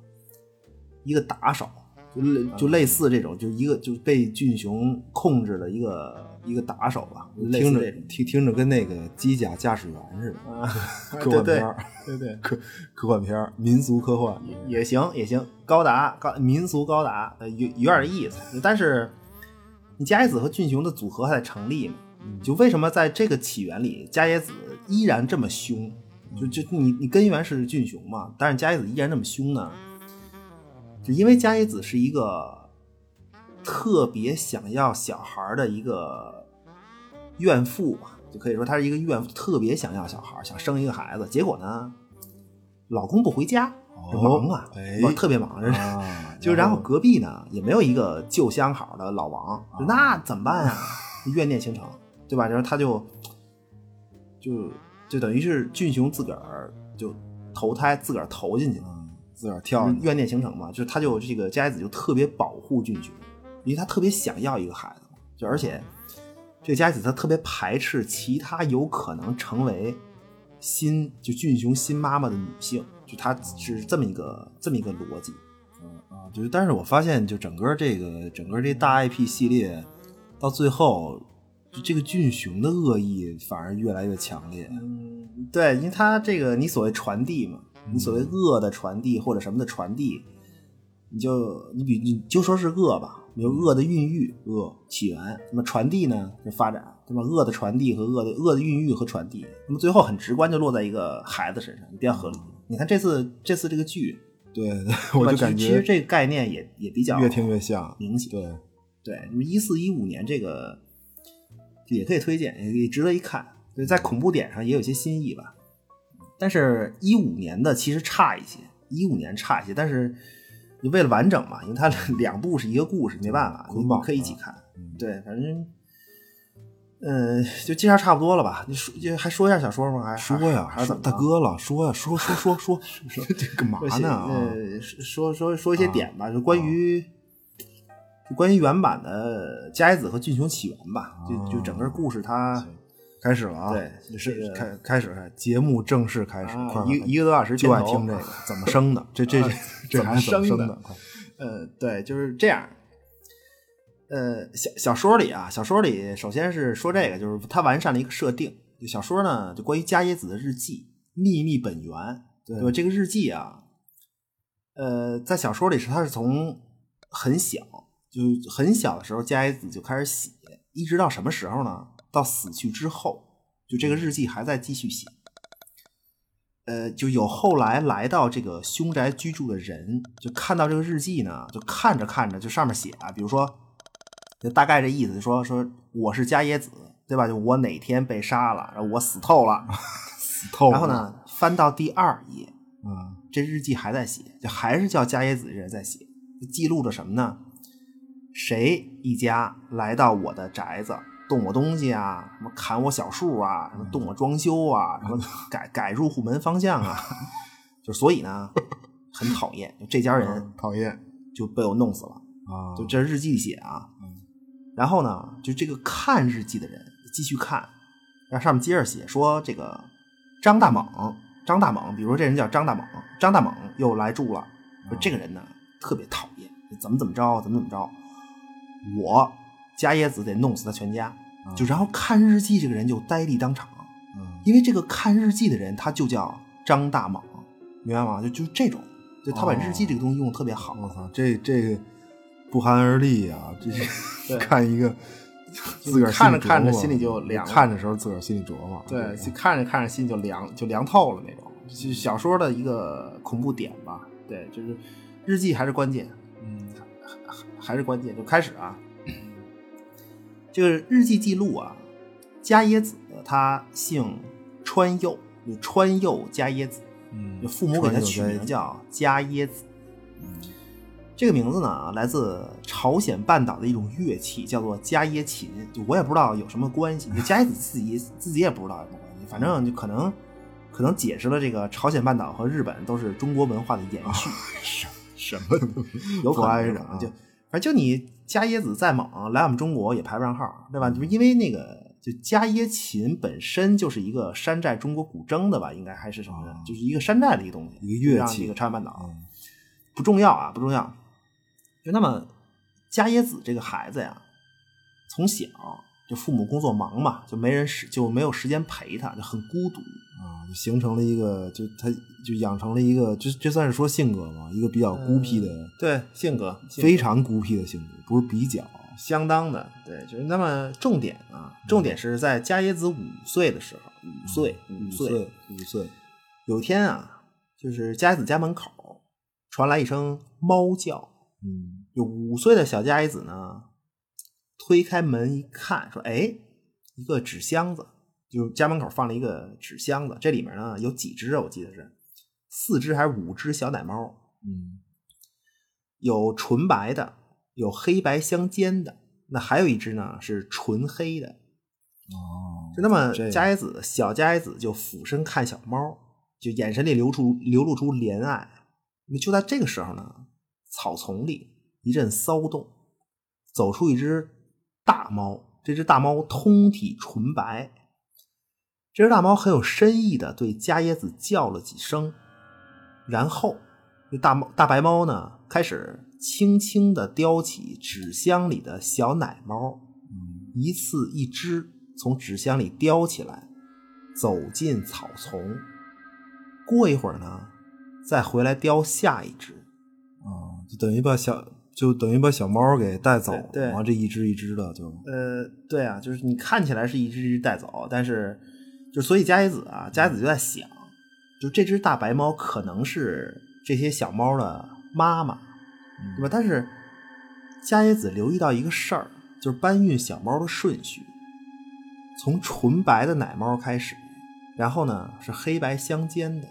一个打手，就类
嗯
就类似这种，就一个就被俊雄控制的一个一个打手吧，就类
听
似
着
这种。
听听着跟那个机甲驾驶员似的，科
对
幻
对
片儿，
对对，
科科幻片儿，民俗科幻，
也行也行，高达高民俗高达，呃，有有点意思。但是你加耶子和俊雄的组合还得成立嘛？就为什么在这个起源里，加耶子依然这么凶？就就你你根源是俊雄嘛，但是加耶子依然这么凶呢？就因为加耶子是一个特别想要小孩儿的一个怨妇吧，就可以说她是一个怨妇，特别想要小孩儿，想生一个孩子。结果呢，老公不回家，
哦
这忙啊，
哎
不是特别忙，人
啊，
就然后隔壁呢也没有一个旧相好的老王，就那怎么办啊？怨念形成，对吧？然后他就就就等于是俊雄自个儿就投胎自个儿投进去了。
嗯自个儿
就
跳
是
进去，
怨念形成嘛，就是他就这个佳子就特别保护俊雄，因为他特别想要一个孩子嘛，就而且这个佳子他特别排斥其他有可能成为新就俊雄新妈妈的女性，就他是这么一个这么一个逻辑。嗯
啊，就是，但是我发现，就整个这个整个这
嗯
大 IP 系列，到最后，就这个俊雄的恶意反而越来越强烈。
嗯，对，因为他这个你所谓传递嘛，你所谓
嗯
恶的传递或者什么的传递，你就你比你就说是恶吧，比如恶的孕育、恶起源，那么传递呢就发展，对吧？恶的传递和恶的恶的孕育和传递，那么最后很直观就落在一个孩子身上，比较合理。你看这次这次这个剧，
对，
对
我
吧
就
其实
感
其实啊
觉
这个概念也也比较
越听越像，
明显。
对，
对，一四一五年这个也可以推荐，也也值得一看。对，在恐怖点上也有一些新意吧。但是，一五年的其实差一些，一五年差一些。但是你为了完整嘛，因为它两 部是一个故事，没办法，你
捆绑啊
可以一起看。对，反正，嗯，就介绍差不多了吧？你说就还说一下小说吗？还
说呀，
还是怎么着
大？哥了，说呀，说说 说说说，这干嘛
说
呢？啊
呃，说说说一些点吧，就关于、
啊
就关于原版的加耶子和俊雄起源吧，就就整个故事它
开始了啊！
对，啊
是开开始节目正式开始，快
一一个多小时
就爱听这个，怎么生的？ 这这这还是怎么
啊生
的？
呃，对，就是这样。呃，小小说里啊，小说里首先是说这个，就是它完善了一个设定。小说呢，就关于伽椰子的日记《秘密本源》，对吧？这个日记啊，呃，在小说里是它是从很小，就很小的时候，伽椰子就开始写，一直到什么时候呢？到死去之后，就这个日记还在继续写。呃，就有后来来到这个凶宅居住的人，就看到这个日记呢，就看着看着，就上面写啊，比如说，就大概这意思，就说说我是伽椰子，对吧？就我哪天被杀了，然后我死透了，
死透了。
然后呢，翻到第二页，
嗯，
这日记还在写，就还是叫伽椰子人在写，记录着什么呢？谁一家来到我的宅子？动我东西啊，什么砍我小树啊，什么动我装修啊，什么改改入户门方向啊，就所以呢，很讨厌，就这家人、嗯、
讨厌，
就被我弄死了
啊！
就这日记写啊，
嗯、
然后呢，就这个看日记的人继续看，然后上面接着写说这个张大猛，张大猛，比如说这人叫张大猛，张大猛又来住了，说这个人呢特别讨厌，怎么怎么着，怎么怎么着，我。伽椰子得弄死他全家，就然后看日记这个人就呆立当场，
嗯、
因为这个看日记的人他就叫张大猛，明白吗？就就这种，就他把日记这个东西用的特别好。
我操、哦，这这不寒而栗啊！这 看一 个自个儿
看着看着心里就凉，
看的时候自个儿心里琢磨，嗯
对，就看着看着心就凉，就凉透了那种。就小说的一个恐怖点吧，对，就是日记还是关键，
嗯，
还是关键。就开始啊。这个日记记录啊，加椰子他姓川右，就川右加椰子，
嗯，
就父母给他取名叫加椰子。
嗯，
这个名字呢，来自朝鲜半岛的一种乐器，叫做加椰琴。就我也不知道有什么关系，就加椰子自己自己也不知道有什么关系，反正就可能可能解释了这个朝鲜半岛和日本都是中国文化的延续。
什、哦、什么
有可能啊？就反正就你。伽椰子再猛，来我们中国也排不上号，对吧？
嗯
就是因为那个，就伽椰琴本身就是一个山寨中国古筝的吧，应该还是什么的，就是一个山寨的一个东西，
哦一个乐
器，一个朝鲜半岛，
嗯、
不重要啊，不重要。就那么，伽椰子这个孩子呀，从小就父母工作忙嘛，就没人时就没有时间陪他，就很孤独
啊，就形成了一个，就他就养成了一个，这这算是说性格吗？一个比较孤僻的，嗯、
对呃性格，
非常孤僻的性格。不是比较啊
相当的，对，就是那么重点啊，重点是在伽椰子五岁的时候，五岁，
嗯
五
岁，
五岁，
有天啊，就是伽椰子家门口传来一声猫叫，
嗯，
有五岁的小伽椰子呢，推开门一看，说，哎，一个纸箱子，就是家门口放了一个纸箱子，这里面呢有几只啊，我记得是四只还是五只小奶猫，
嗯，
有纯白的。有黑白相间的，那还有一只呢是纯黑的。
哦，
就那么佳椰子小佳椰子就俯身看小猫，就眼神里流出流露出怜爱。那就在这个时候呢，草丛里一阵骚动，走出一只大猫。这只大猫通体纯白，这只大猫很有深意的对佳椰子叫了几声，然后这大猫大白猫呢开始。轻轻地叼起纸箱里的小奶猫，一次一只从纸箱里叼起来，走进草丛。过一会儿呢，再回来叼下一只。
啊、嗯，就等于把小就等于把小猫给带走了。
对，
这一只一只的就。
呃，对啊，就是你看起来是一只一只带走，但是就所以佳椰子啊，佳椰子就在想，就这只大白猫可能是这些小猫的妈妈。对吧？但是伽椰子留意到一个事儿，就是搬运小猫的顺序，从纯白的奶猫开始，然后呢是黑白相间的，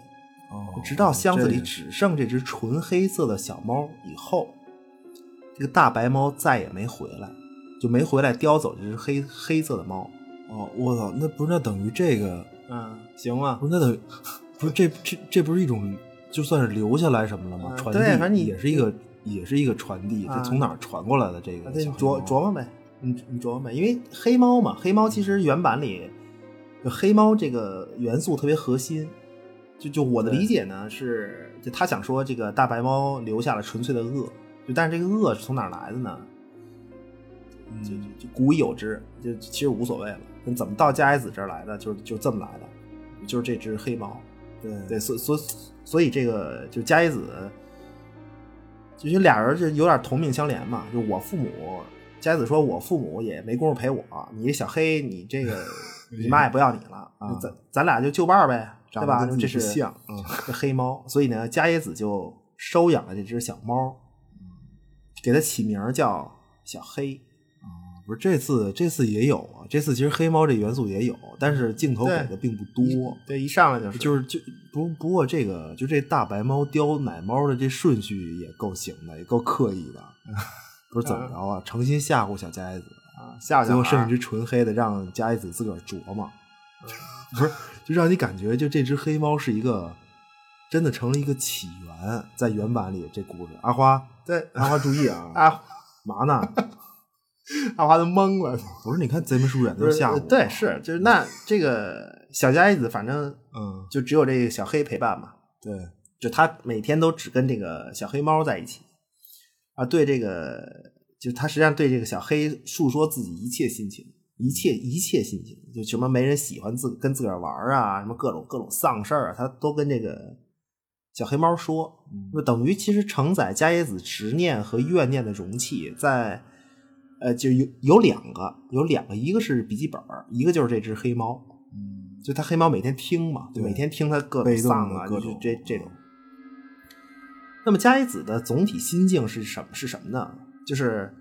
哦，
直到箱子里只剩这只纯黑色的小猫以后，这个大白猫再也没回来，就没回来叼走这只黑黑色的猫。
哦，我操，那不是那等于这个，
嗯，行吗？
不是那等于，不是这这这不是一种就算是留下来什么了吗？
嗯、
传
递
反正也是一个。也是一个传递，
啊
这从哪儿传过来的？这个
琢琢磨呗，你你琢磨呗，因为黑猫嘛，黑猫其实原版里就黑猫这个元素特别核心。就就我的理解呢是，就他想说这个大白猫留下了纯粹的恶，就但是这个恶是从哪儿来的呢？就就就古已有之，就其实无所谓了。那怎么到加耶子这儿来的？就是就这么来的，就是这只黑猫。
对
对，所所所以这个就加耶子，就是俩人就有点同命相连嘛。就我父母，加耶子说我父母也没工夫陪我，你这小黑，你 这个你妈也不要你了，
啊
咱咱俩就就伴儿呗，对吧？
长得跟自
这
己
是
像啊
这黑猫，所以呢，加耶子就收养了这只小猫，给它起名儿叫小黑。
哦不是这次这次也有啊，这次其实黑猫这元素也有，但是镜头给的并不多。
对，一上来就是
就是就不不过这个就这大白猫叼奶猫的这顺序也够行的，也够刻意的，不是怎么着啊？诚心吓唬小佳爱子，
嗯啊，吓唬
最
小
后
孩
剩
儿嗯
一只纯黑的，让佳爱子自个儿琢磨，不是就让你感觉就这只黑猫是一个真的成了一个起源，在原版里这故事，阿花
对，
阿花注意啊
阿
嘛呢？
阿花都懵了，
不是你看贼眉鼠眼
不
就是吓唬我，啊
对，是就是那这个小佳一子，反正
嗯
就只有这个小黑陪伴嘛，
对。哦
就他每天都只跟这个小黑猫在一起，啊，对这个就他实际上对这个小黑诉说自己一切心情，一切一切心情，就什么没人喜欢自跟自个儿玩儿啊，什么各种各种丧事儿啊，他都跟这个小黑猫说，就等于其实承载加耶子执念和怨念的容器在。呃，就有有两个，有两个，一个是笔记本儿，一个就是这只黑猫。嗯，就他黑猫每天听嘛，就
对
每天听他各种
被动的
丧啊，
各
就是
种
这这种。那么加一子的总体心境是什么？是什么呢？就是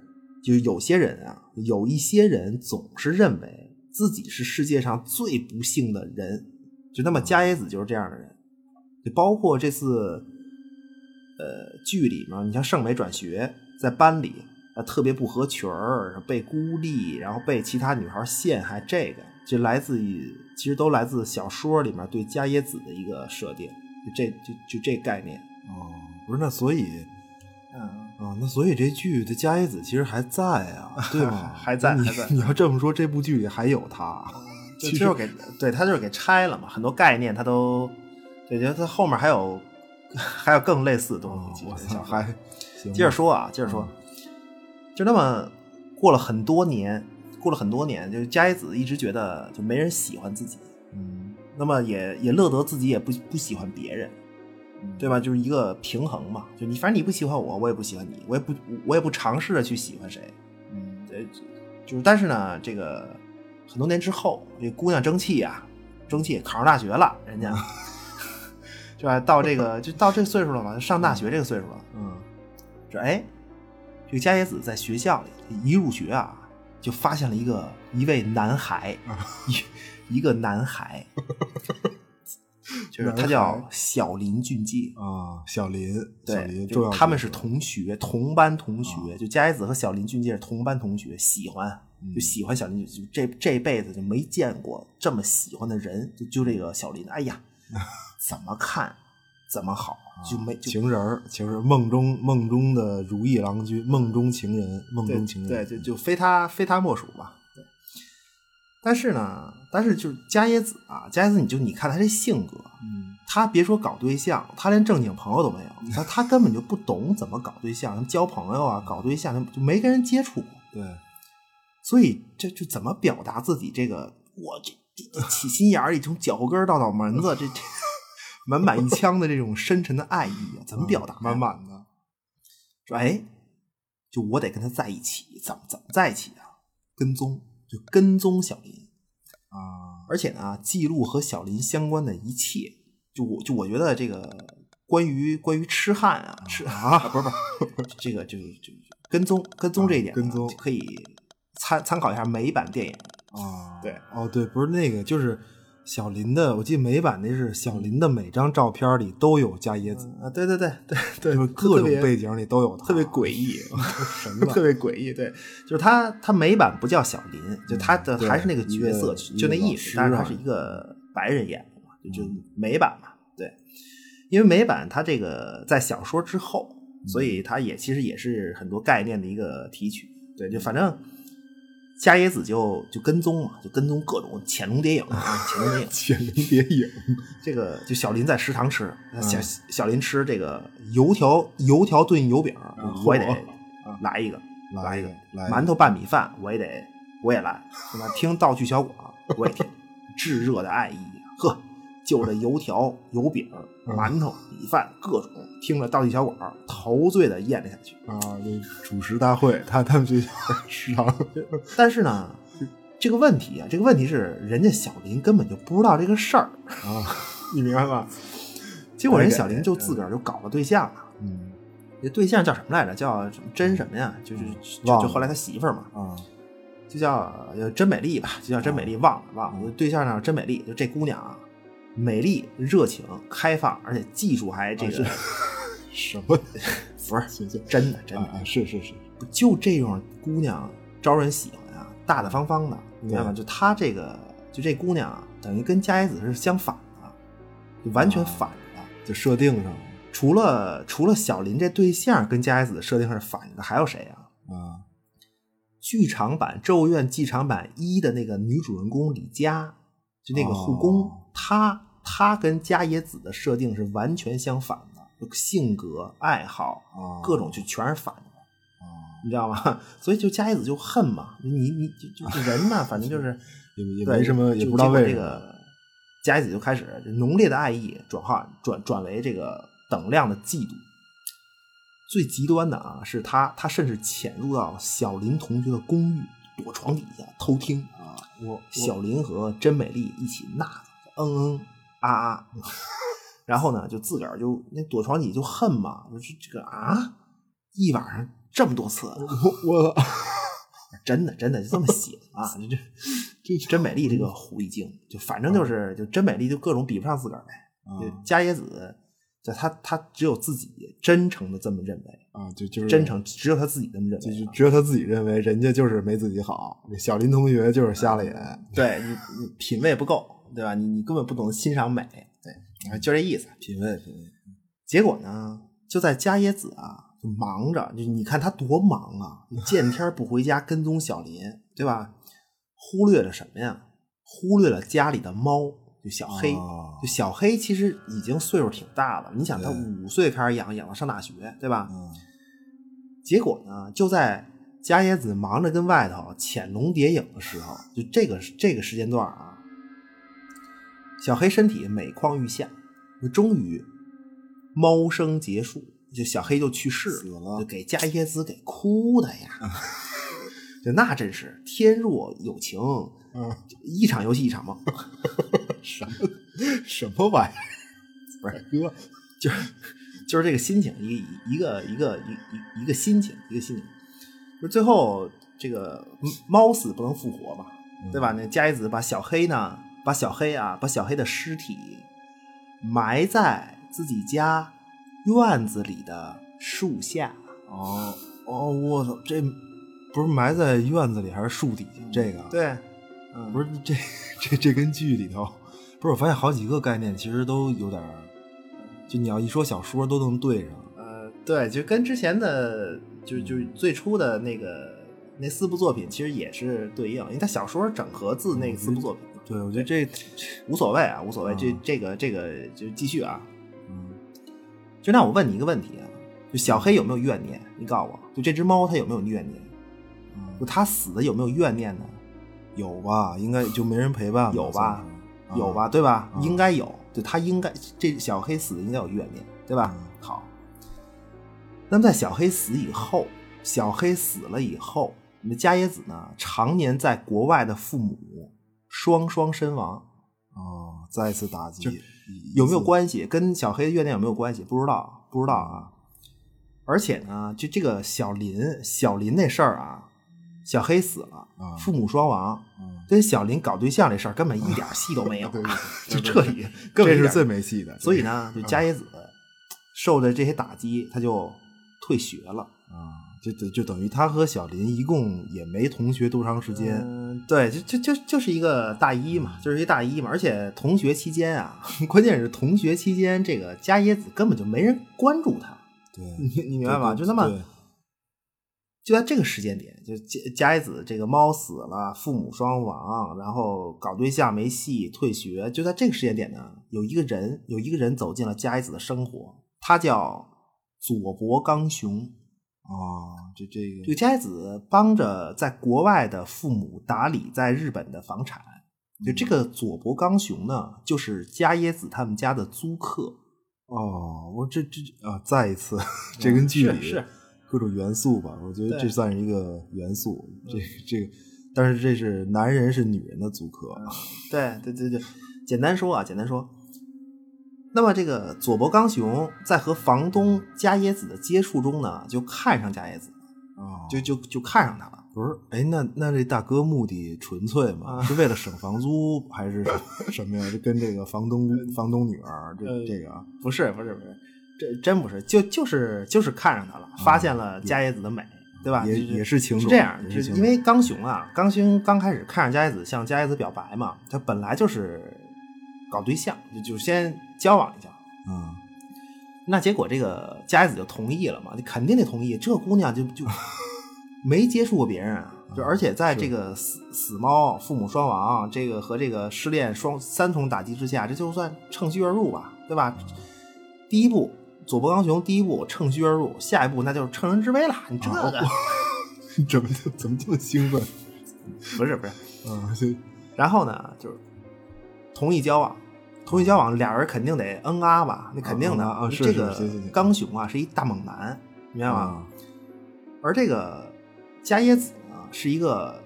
就有些人啊，有一些人总是认为自己是世界上最不幸的人，就那么加耶子就是这样的人，就包括这次呃剧里面，你像圣美转学在班里啊特别不合群儿，被孤立，然后被其他女孩陷害，这个这来自于其实都来自小说里面对加耶子的一个设定，就这就就这概念，
哦，不是，那所以
嗯。
啊、那所以这剧的加耶子其实还在啊，对吗？
还在
那你
还在
你要这么说，这部剧里还有他，
就
其实
就是给对他就是给拆了嘛，很多概念他都，对，觉得他后面还有 还有更类似的东
哦
西。其
我
实
操，
小
还行吧
接着说啊，接着说，就那么过了很多年，过了很多年，就是加一子一直觉得就没人喜欢自己，
嗯，
那么也也乐得自己也不不喜欢别人，对吧？就是一个平衡嘛，就你反正你不喜欢我，我也不喜欢你，我也不我也不尝试着去喜欢谁，
嗯
呃，就是但是呢，这个很多年之后，这姑娘争气呀、争气考上大学了，人家 是吧？到这个就到这岁数了嘛，上大学这个岁数了，
嗯，
这哎，这个加野子在学校里一入学啊，就发现了一个一位男 孩，一一个男孩，就是他
男
叫
孩
小林俊介，
啊，小林，小
对，
林
就
重要角色，啊
他们是同学，同班同学，就加一子和小林俊介是同班同学，喜欢就
嗯
喜欢小林俊，就这这辈子就没见过这么喜欢的人，就就这个小林，哎呀，怎么看怎么好，就没就
啊情人儿，情人儿梦中梦中的如意郎君，梦中情人，梦
对
中情人，嗯
对，就就非他非他莫属吧。对，但是呢，但是就是加耶子啊，加耶子，你就你看他这性格，
嗯，
他别说搞对象，他连正经朋友都没有，他他根本就不懂怎么搞对象，什么交朋友啊，搞对象他就没跟人接触过，
对，
所以这就怎么表达自己这个我这这这起心眼儿里从脚后跟儿到脑门子这这 满满一腔的这种深沉的爱意啊，怎么 表达呀？
满满的，
说哎，就我得跟他在一起，怎么怎么在一起啊？跟踪，就跟踪小林啊，而且呢，记录和小林相关的一切，就我就我觉得这个关于关于痴汉啊，痴啊，不是不是， 这个就是就跟踪跟踪这一点、
啊跟踪
可以参参考一下美版电影，
啊，
对，
哦对，不是那个，就是小林的，我记得美版那是小
嗯
林的每张照片里都有加椰子，
啊，对对对对对，
就是各
特
种
别
背景里 都有他，
特别诡异，啊
神了
特别诡异。对，就是他，他美版不叫小林，就他的
嗯对
还是那个角
一
色，
个
就那
一个
意
老
思
师，
但是他
啊嗯
是一个白人演的嘛，就就美版嘛。对，因为美版它这个在小说之后，
嗯
所以它也其实也是很多概念的一个提取。对，就反正加野子就就跟踪嘛，就跟踪各种潜龙谍影，啊潜龙 谍影。
潜龙谍影，
这个就小林在食堂吃，
嗯
小小林吃这个油条油条炖油饼，
嗯
我也得 来一个，
来
一个
来一个
馒头拌米饭，我也得我也来，对吧？听道具小广，我也听，炙热的爱意，呵，就这油条、油饼、馒头、米饭各种，听着道具小广陶醉的咽了下去。
啊，这主食大会，他他们学校食堂，
但是呢，这个问题啊，这个问题是人家小林根本就不知道这个事儿，
啊你明白吧？
结果人小林就自个儿就搞了对象了。
嗯
这对象叫什么来着？叫什么真什么呀？就是就
忘了
就后来他媳妇儿嘛，
啊，
就叫呃真美丽吧，就叫真美丽，忘了忘了。对象叫真美丽，就这姑娘啊，美丽、热情、开放，而且技术还这个
什么
不是
学校？
真的真
啊
的，
啊，是是是，
就这种姑娘招人喜欢啊，大大方方的，明白吗？就她这个，就这姑娘啊，等于跟佳野子是相反的，就完全反着的。
就设定上
除了除了小林这对象跟佳野子的设定是反着的，还有谁啊？
啊，
剧场版《咒怨》剧场版一的那个女主人公李佳，就那个护工，
哦
她她跟加野子的设定是完全相反的，就性格、爱好、
哦
各种就全是反的，
啊，
你知道吗？所以就加野子就恨嘛，你你就就是人嘛，反正就是
也也
对
没什么，也
就
不知道为
结
什
果
么。
这个加野子就开始浓烈的爱意转化转转为这个等量的嫉妒。最极端的啊，是他他甚至潜入到小林同学的公寓，躲床底下偷听啊。
我
小林和真美丽一起呐喊，嗯嗯啊啊， 然后呢，就自个儿就那躲床底就恨嘛，就是这个啊，一晚上这么多次，
我我
真的真的就这么写 的啊，这这真美丽这个狐狸精，就反正
嗯
就是就真美丽就各种比不上自个儿呗。
啊
就加野子，就他他只有自己真诚的这么认为，
啊，就就是
真，诚只有他自己这么认
就
为
就
啊。
只有他自己认为人家就是没自己好，小林同学就是瞎了眼，
对你你品味不够，对吧？你你根本不懂得欣赏美，对，就这意思。
品味品味
结果呢，就在加野子啊，就忙着，就你看他多忙啊，见天儿不回家，跟踪小林，对吧？忽略了什么呀？忽略了家里的猫，就小嗯黑。
哦
就小黑其实已经岁数挺大了，你想他
对
五岁开始养，养到上大学，对吧？
嗯
结果呢，就在加野子忙着跟外头潜龙谍影的时候，就这个这个时间段啊，小黑身体每况愈下，就终于猫生结束，就小黑就去世
死了
就给加野子给哭的呀， 就那真是天若有情，
嗯，
一场游戏一场梦，
什么什么玩意儿？不是哥，
就是就是这个心情，一一个一个一一一个心情，一个心情，就是最后这个嗯猫死不能复活嘛，
嗯
对吧？那加一子把小黑呢，把小黑啊，把小黑的尸体埋在自己家院子里的树下，
哦哦，我操，这不是埋在院子里还是树底下？这个啊
对，嗯，
不是这这这跟剧里头，不是我发现好几个概念其实都有点儿，就你要一说小说都能对上。
呃，对，就跟之前的，就就
嗯
最初的那个那四部作品，其实也是对应，因为它小说整合自那四部作品嘛。
对，我觉得这
无所谓啊，无所谓。这
嗯
这个这个就继续啊。
嗯
就那我问你一个问题啊，就小黑有没有怨念？你告诉我，就这只猫它有没有怨念？就
嗯
它死的有没有怨念呢？
有吧？应该就没人陪伴，
有吧？
算是
有？吧，对吧？
嗯
应该有，对它应该这小黑死的应该有怨念，对吧？
嗯
好。那么在小黑死以后，小黑死了以后，我们加野子呢，常年在国外的父母双双身亡，
啊哦，再次打击
就
一
有没有？关系？跟小黑的怨念有没有关系？不知道，不知道啊。而且呢，就这个小林，小林那事儿啊，小黑死了，
啊
父母双亡，
嗯
跟小林搞对象这事儿根本一点戏都没 有啊
对 对，对
就这 里根本
这
一
是
点
最没戏的。
所以呢，就加野子受着这些打击，他就退学了。
啊，就等就等于他和小林一共也没同学多长时间，
嗯，对，就就就就是一个大一嘛，
嗯
就是一大一嘛，而且同学期间啊， 关键是同学期间，这个加野子根本就没人关注他，
对，
你你明白
对
吗？
啊
就那么
对
就在这个时间点，就佳佳子这个猫死了，父母双亡，然后搞对象没戏，退学。就在这个时间点呢，有一个人，有一个人走进了佳子的生活，他叫佐伯刚雄。
哦，这这个
就佳子帮着在国外的父母打理在日本的房产。就这个佐伯刚雄呢，就是加耶子他们家的租客。
哦，我这这啊，再一次，这跟剧里、
嗯、是。
各种元素吧，我觉得这算是一个元素。
嗯
这这个，但是这是男人是女人的租客、啊
嗯。对对对对，简单说啊，简单说。那么这个佐伯刚雄在和房东加耶子的接触中呢，就看上加耶子，
啊
哦、
就就就看上他了。
不是，哎，那那这大哥目的纯粹嘛？啊、是为了省房租还是什么呀？就跟这个房东 房东女儿这、
呃、
这个啊
不是不是不是。不是这真不是，就就是就是看上他了，发现了伽椰子的美，嗯、对吧？
也也是情
是这样，
是
因为刚雄啊，刚雄刚开始看上伽椰子，向伽椰子表白嘛，他本来就是搞对象，就就先交往一下，
嗯。
那结果这个伽椰子就同意了嘛，你肯定得同意，这姑娘就 就没接触过别人啊，就而且在这个死、嗯、死猫父母双亡，这个和这个失恋双三重打击之下，这就算乘虚而入吧，对吧？嗯、第一步。佐伯刚雄第一步乘虚而入，下一步那就是乘人之危了。你这个、
啊、怎么怎么这么兴奋？
不是不是，
啊，
然后呢就是同意交往，同意交往，俩人肯定得恩啊吧？那肯定的
啊，
这个刚雄啊是一大猛男，明白吗？
啊、
而这个伽椰子呢是一个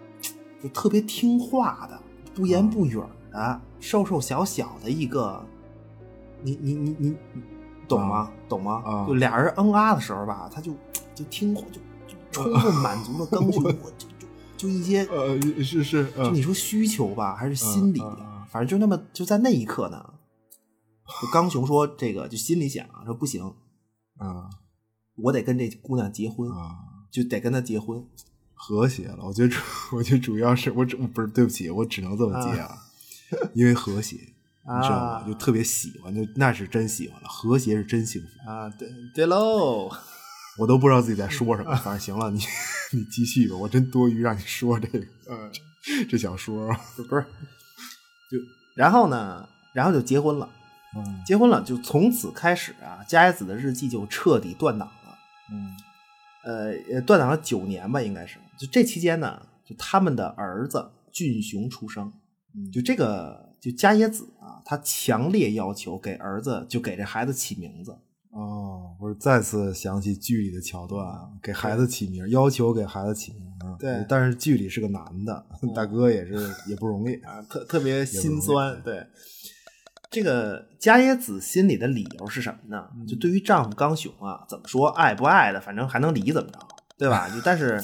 就特别听话的、不言不语的、啊、瘦瘦小小的一个，你你你你。懂吗？懂吗？
啊、
就俩人嗯啊的时候吧，他就就听话，就充 分满足了刚需，就就就一些
呃是是，啊、
就你说需求吧，还是心理，
啊、
反正就那么就在那一刻呢，就刚雄说这个就心里想说不行，
啊，
我得跟这姑娘结婚，就得跟她结婚，
和谐了。我觉得主我觉得主要是我只不是对不起，我只能这么接啊，因为和谐。你知道吗？就特别喜欢，就那是真喜欢了。和谐是真幸福
啊！对对喽，
我都不知道自己在说什
嗯
么。反正行了，你你继续吧，我真多余让你说这个。嗯，这想说
不是就然后呢，然后就结婚了。
嗯，
结婚了就从此开始啊，加耶子的日记就彻底断档嗯了。嗯，呃，断档了九年吧，应该是。就这期间呢，就他们的儿子俊雄出生。
嗯，
就这个。就伽椰子啊，他强烈要求给儿子就给这孩子起名字
哦。我再次想起剧里的桥段，啊给孩子起名，要求给孩子起名。啊
对，
但是剧里是个男的，嗯、大哥也是也不容易
啊，特特别心酸。对，这个伽椰子心里的理由是什么呢？
嗯、
就对于丈夫刚雄啊，怎么说爱不爱的，反正还能离怎么着，对吧？就但是。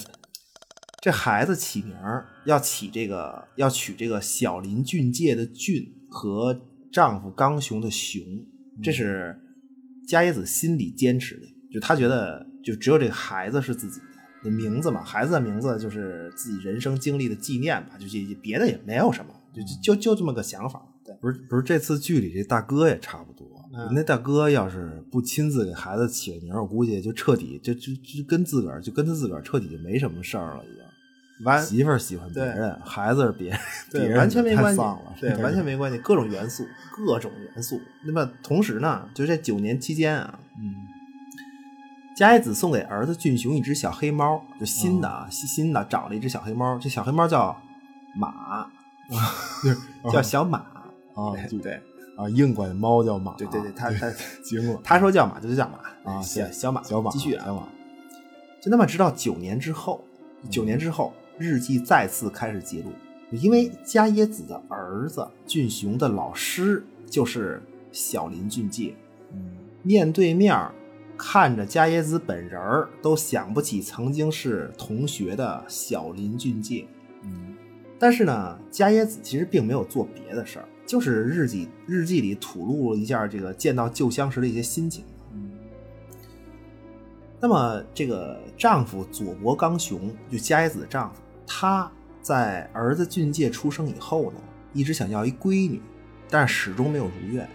这孩子起名儿要起这个，要取这个小林俊介的俊和丈夫刚雄的雄，这是伽椰子心里坚持的，就她觉得就只有这个孩子是自己的名字嘛，孩子的名字就是自己人生经历的纪念吧，就这别的也没有什么，就就就这么个想法。对，
不是不是，这次剧里这大哥也差不多，
嗯、
那大哥要是不亲自给孩子起个名，我估计就彻底就就就跟自个儿就跟他自个儿彻底就没什么事儿了，已经。
完
媳妇儿喜欢别人，孩子是别人，
对，完全没关系， 对，
对
完全没关系，各种元素，各种元素。那么同时呢，就这九年期间啊，
嗯，
佳子送给儿子俊雄一只小黑猫，就新的啊，新、嗯、新的找了一只小黑猫，这小黑猫叫 马，
嗯、
叫小马
啊，
哦对对
啊，硬管猫叫马，
对对对，他 他
惊了，
他说叫马就叫马
啊，
小小马
小马，
继续啊，
小马，嗯
就那么直到九年之后，九年之后。日记再次开始记录，因为伽椰子的儿子俊雄的老师就是小林俊介，
嗯，
面对面看着伽椰子本人儿，都想不起曾经是同学的小林俊介，
嗯，
但是呢，伽椰子其实并没有做别的事儿，就是日记日记里吐露一下这个见到旧相识的一些心情。
嗯
那么，这个丈夫佐伯刚雄，就伽椰子的丈夫，他在儿子俊介出生以后呢，一直想要一闺女，但是始终没有如愿。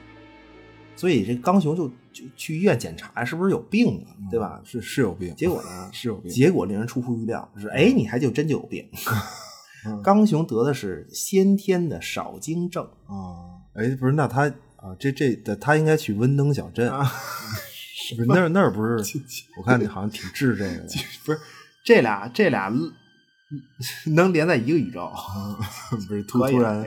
所以这刚雄就就去医院检查是不是有病啊，对吧？
是是有病，
结果呢？
嗯是有病，啊嗯
结果令人出乎预料，是哎，你还就真就有 病。刚雄得的是先天的少精症嗯
啊，哎，不是，那他啊，这这他应该去温登小镇，
啊
不是那儿那儿不 是？我看好像挺治这个的，
不是这俩这俩能连在一个宇宙，
嗯不是突突然
啊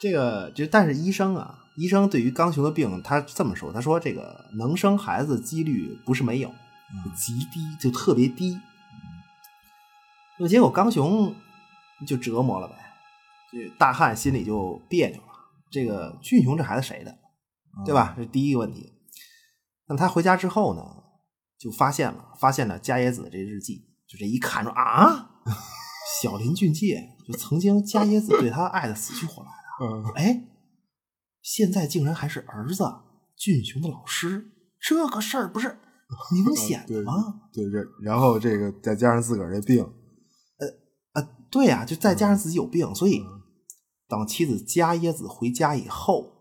这个就但是医生啊。医生对于刚雄的病，他这么说：“他说这个能生孩子几率不是没有，
嗯
极低，就特别低。那结果刚雄就折磨了呗，这大汉心里就别扭了。这个俊雄这孩子谁的，
嗯
对吧？这第一个问题。那他回家之后呢，就发现了，发现了加野子这日记，就这一看说啊，小林俊介就曾经加野子对他爱的死去活来
嗯
的，哎。”现在竟然还是儿子俊雄的老师，这个事儿不是 明显的吗？
对对，然后这个再加上自个儿这病，
呃呃，对呀、啊，就再加上自己有病，嗯、所以等妻子加耶子回家以后，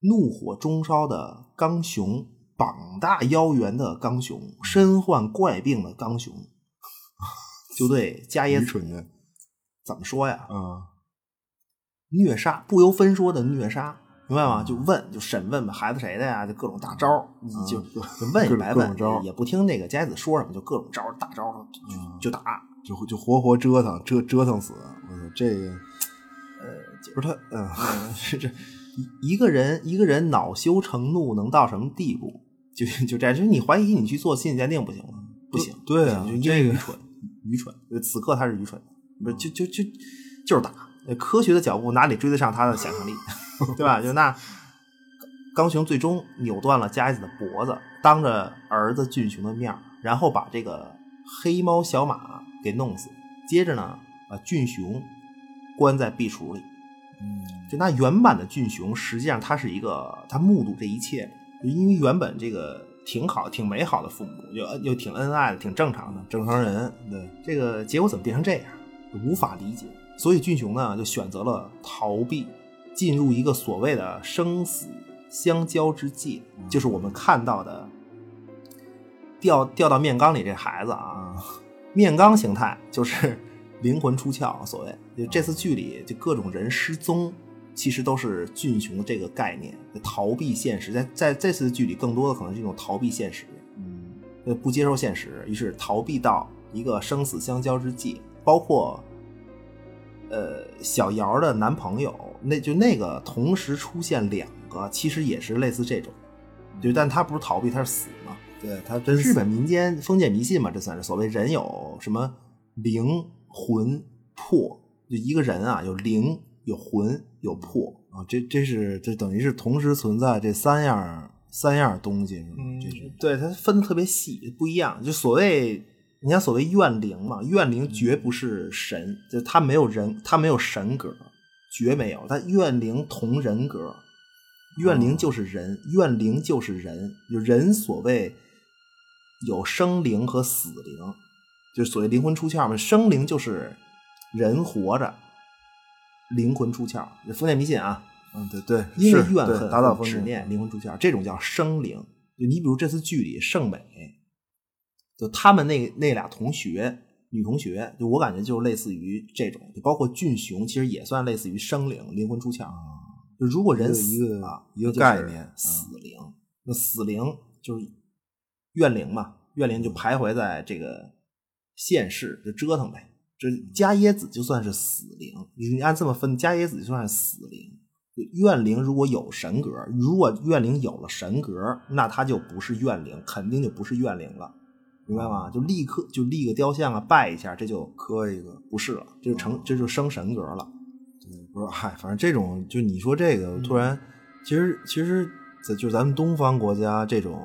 怒火中烧的刚雄，膀大腰圆的刚雄，身患怪病的刚雄， 就对加耶子怎么说呀？
啊、嗯，
虐杀，不由分说的虐杀。明白吗？就问，就审问吧，孩子谁的呀？就各种大招，
嗯、
就问也白问，
招
也不听那个佳子说什么，就各种招大招就打，
嗯、就就活活折腾，折折腾死。我操，这个
呃，
不是他，嗯，
是这一个人一个人恼羞成怒能到什么地步？就就这样，就是你怀疑你去做心理鉴定不行吗？不行，
对啊，
就因为愚蠢， 愚蠢。此刻他是愚蠢的，不是就就就就是打。呃科学的脚步哪里追得上他的想象力？ 对吧？就那刚雄最终扭断了佳子的脖子，当着儿子俊雄的面然后把这个黑猫小马给弄死。接着呢，把俊雄关在壁橱里。
嗯，
就那原版的俊雄，实际上他是一个，他目睹这一切，就因为原本这个挺好、挺美好的父母，又又挺恩爱的、挺正常的
正常人。对，
这个结果怎么变成这样，无法理解。所以俊雄呢，就选择了逃避。进入一个所谓的生死相交之际，就是我们看到的掉掉到面缸里这孩子啊， 面缸形态就是灵魂出窍。所谓就这次剧里就各种人失踪，其实都是俊雄这个概念逃避现实，在在这次剧里更多的可能是一种逃避现实，嗯，不接受现实，于是逃避到一个生死相交之际，包括。呃，小姚的男朋友，那就那个同时出现两个，其实也是类似这种，就但他不是逃避，他是死嘛。
嗯对他真
日本民间封建迷信嘛，这算是所谓人有什么灵魂魄，就一个人啊有灵有魂有魄
啊，这这是这等于是同时存在这三样三样东西是吗？
嗯、
这是
对它分的特别细，不一样，就所谓。人家所谓怨灵嘛，怨灵绝不是神，就他没有人，他没有神格，绝没有。他怨灵同人格，怨灵就是人，怨灵就是人。就人所谓有生灵和死灵，就是所谓灵魂出窍嘛。生灵就是人活着，灵魂出窍。封建迷信啊，
嗯，对对，
因为怨恨、
打倒
执念、灵魂出窍，这种叫生灵。就你比如这次剧里圣美。就他们那那俩同学，女同学，就我感觉就是类似于这种，就包括俊雄，其实也算类似于生灵、灵魂出窍。就如果人
哦一个一个概念，嗯
死灵，那死灵就是怨灵嘛，怨灵就
嗯
徘徊在这个现世，就折腾呗。这
嗯
加耶子就算是死灵，你按这么分，加耶子就算是死灵。怨灵如果有神格，如果怨灵有了神格，那他就不是怨灵，肯定就不是怨灵了。明白吗？就立刻就立个雕像啊，拜一下，这就
磕一个，
不是了，这就成，这就升神格了。
对，不是，嗨，反正这种就你说这个，突然，其实其实，就咱们东方国家这种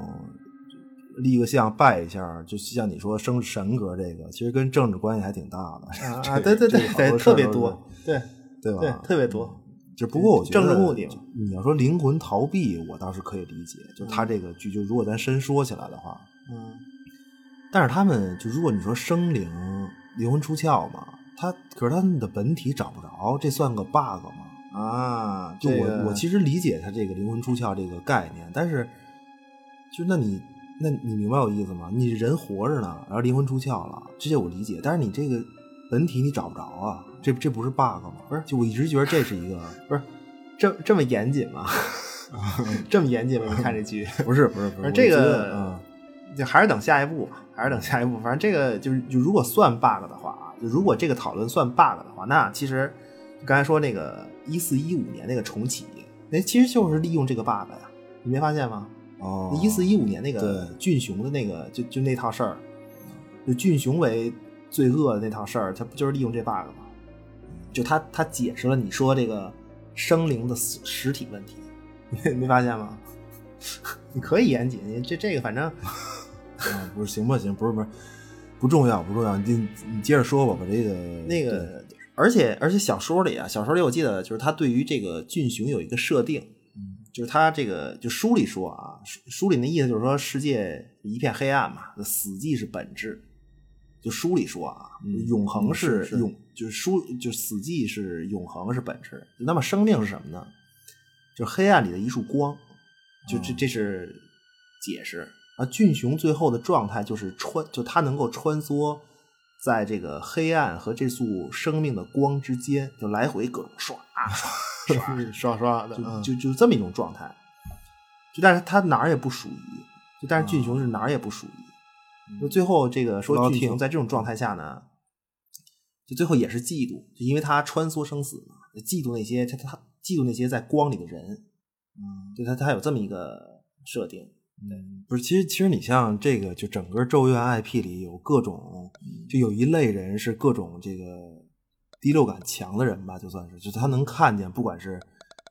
立个像拜一下，就像你说升神格这个，其实跟政治关系还挺大 的
啊，对对对对，特别多，对
对吧？
特别多。
只不过我觉
得政治目的，
你要说灵魂逃避，我倒是可以理解。就他这个剧，就如果咱深说起来的话，
嗯。
但是他们就如果你说生灵灵魂出窍嘛，他可是他们的本体找不着，这算个 bug 吗？
啊，
啊，就我、
这个
我其实理解他这个灵魂出窍这个概念，但是就那你那你明白我意思吗？你人活着呢，然后灵魂出窍了，这些我理解，但是你这个本体你找不着啊，这这不是 bug 吗？
不是
就我一直觉得这是一个
这这么严谨 吗？这么严谨吗？你看这剧，
不是不是不是
而这
我觉
个
得嗯
就还是等下一步吧，还是等下一步。反正这个就是，就如果算 bug 的话啊，就如果这个讨论算 bug 的话，那其实刚才说那个一四一五年那个重启，那其实就是利用这个 bug 呀、你没发现吗？
哦
一四一五年那个
对
俊雄的那个就就那套事儿，就俊雄为罪恶的那套事儿，他不就是利用这 bug 吗？就他他解释了你说这个生灵的死实体问题，你没发现吗？ 你可以严谨，你这这个反正
啊不是行吧行不是不是不重要不重要，你你接着说吧，把这个
那
对
个，而且而且小说里啊，小说里我记得就是他对于这个俊雄有一个设定，
嗯
就是他这个就书里说啊，书书里那意思就是说世界一片黑暗嘛，死寂是本质。就书里说啊，
嗯
永恒是
嗯是是
永，就是书就是死寂是永恒是本质。那么生命是什么呢？就是黑暗里的一束光。就这
哦
这是解释。而俊雄最后的状态就是穿，就他能够穿梭在这个黑暗和这束生命的光之间，就来回各种刷刷 刷刷刷的，嗯
嗯
就就就这么一种状态。就但是他哪儿也不属于，就但是俊雄是哪儿也不属于。就最后这个嗯说
老
俊
挺
雄在这种状态下呢，就最后也是嫉妒，就因为他穿梭生死嘛，就嫉妒那些他他嫉妒那些在光里的人，嗯，对他他有这么一个设定，
不是，其实其实你像这个，就整个《咒怨》IP 里有各种，
嗯
就有一类人是各种这个第六感强的人吧，就算是，就他能看见，不管是